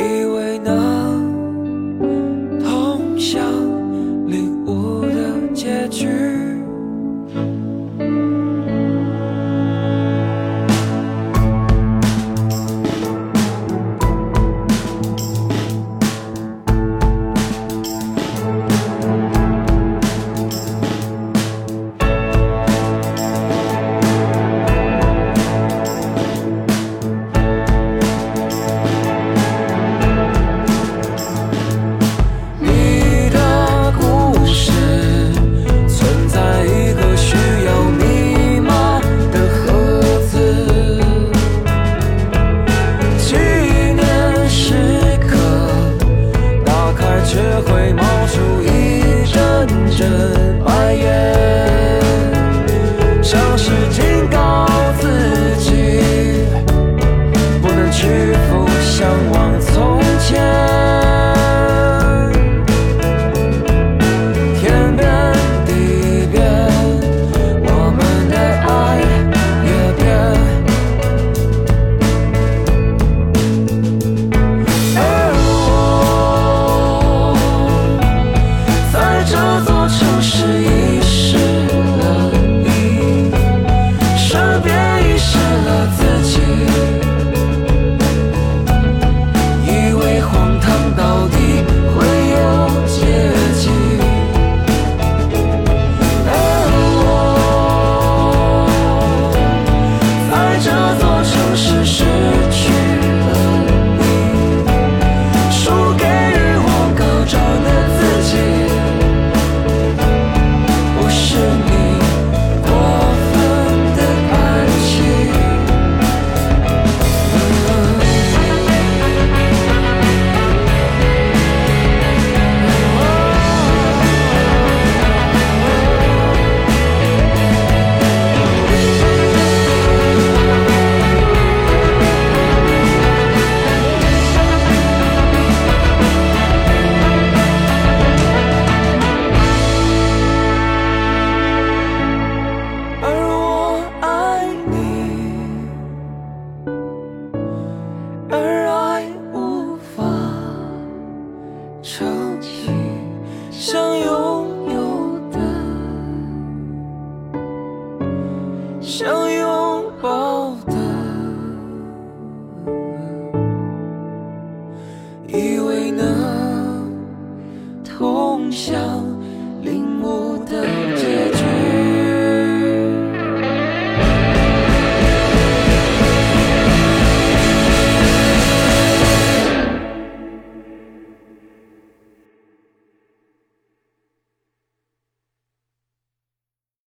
S7: 以为能通向领悟的结局。你的故事存想拥抱的，以为能通向。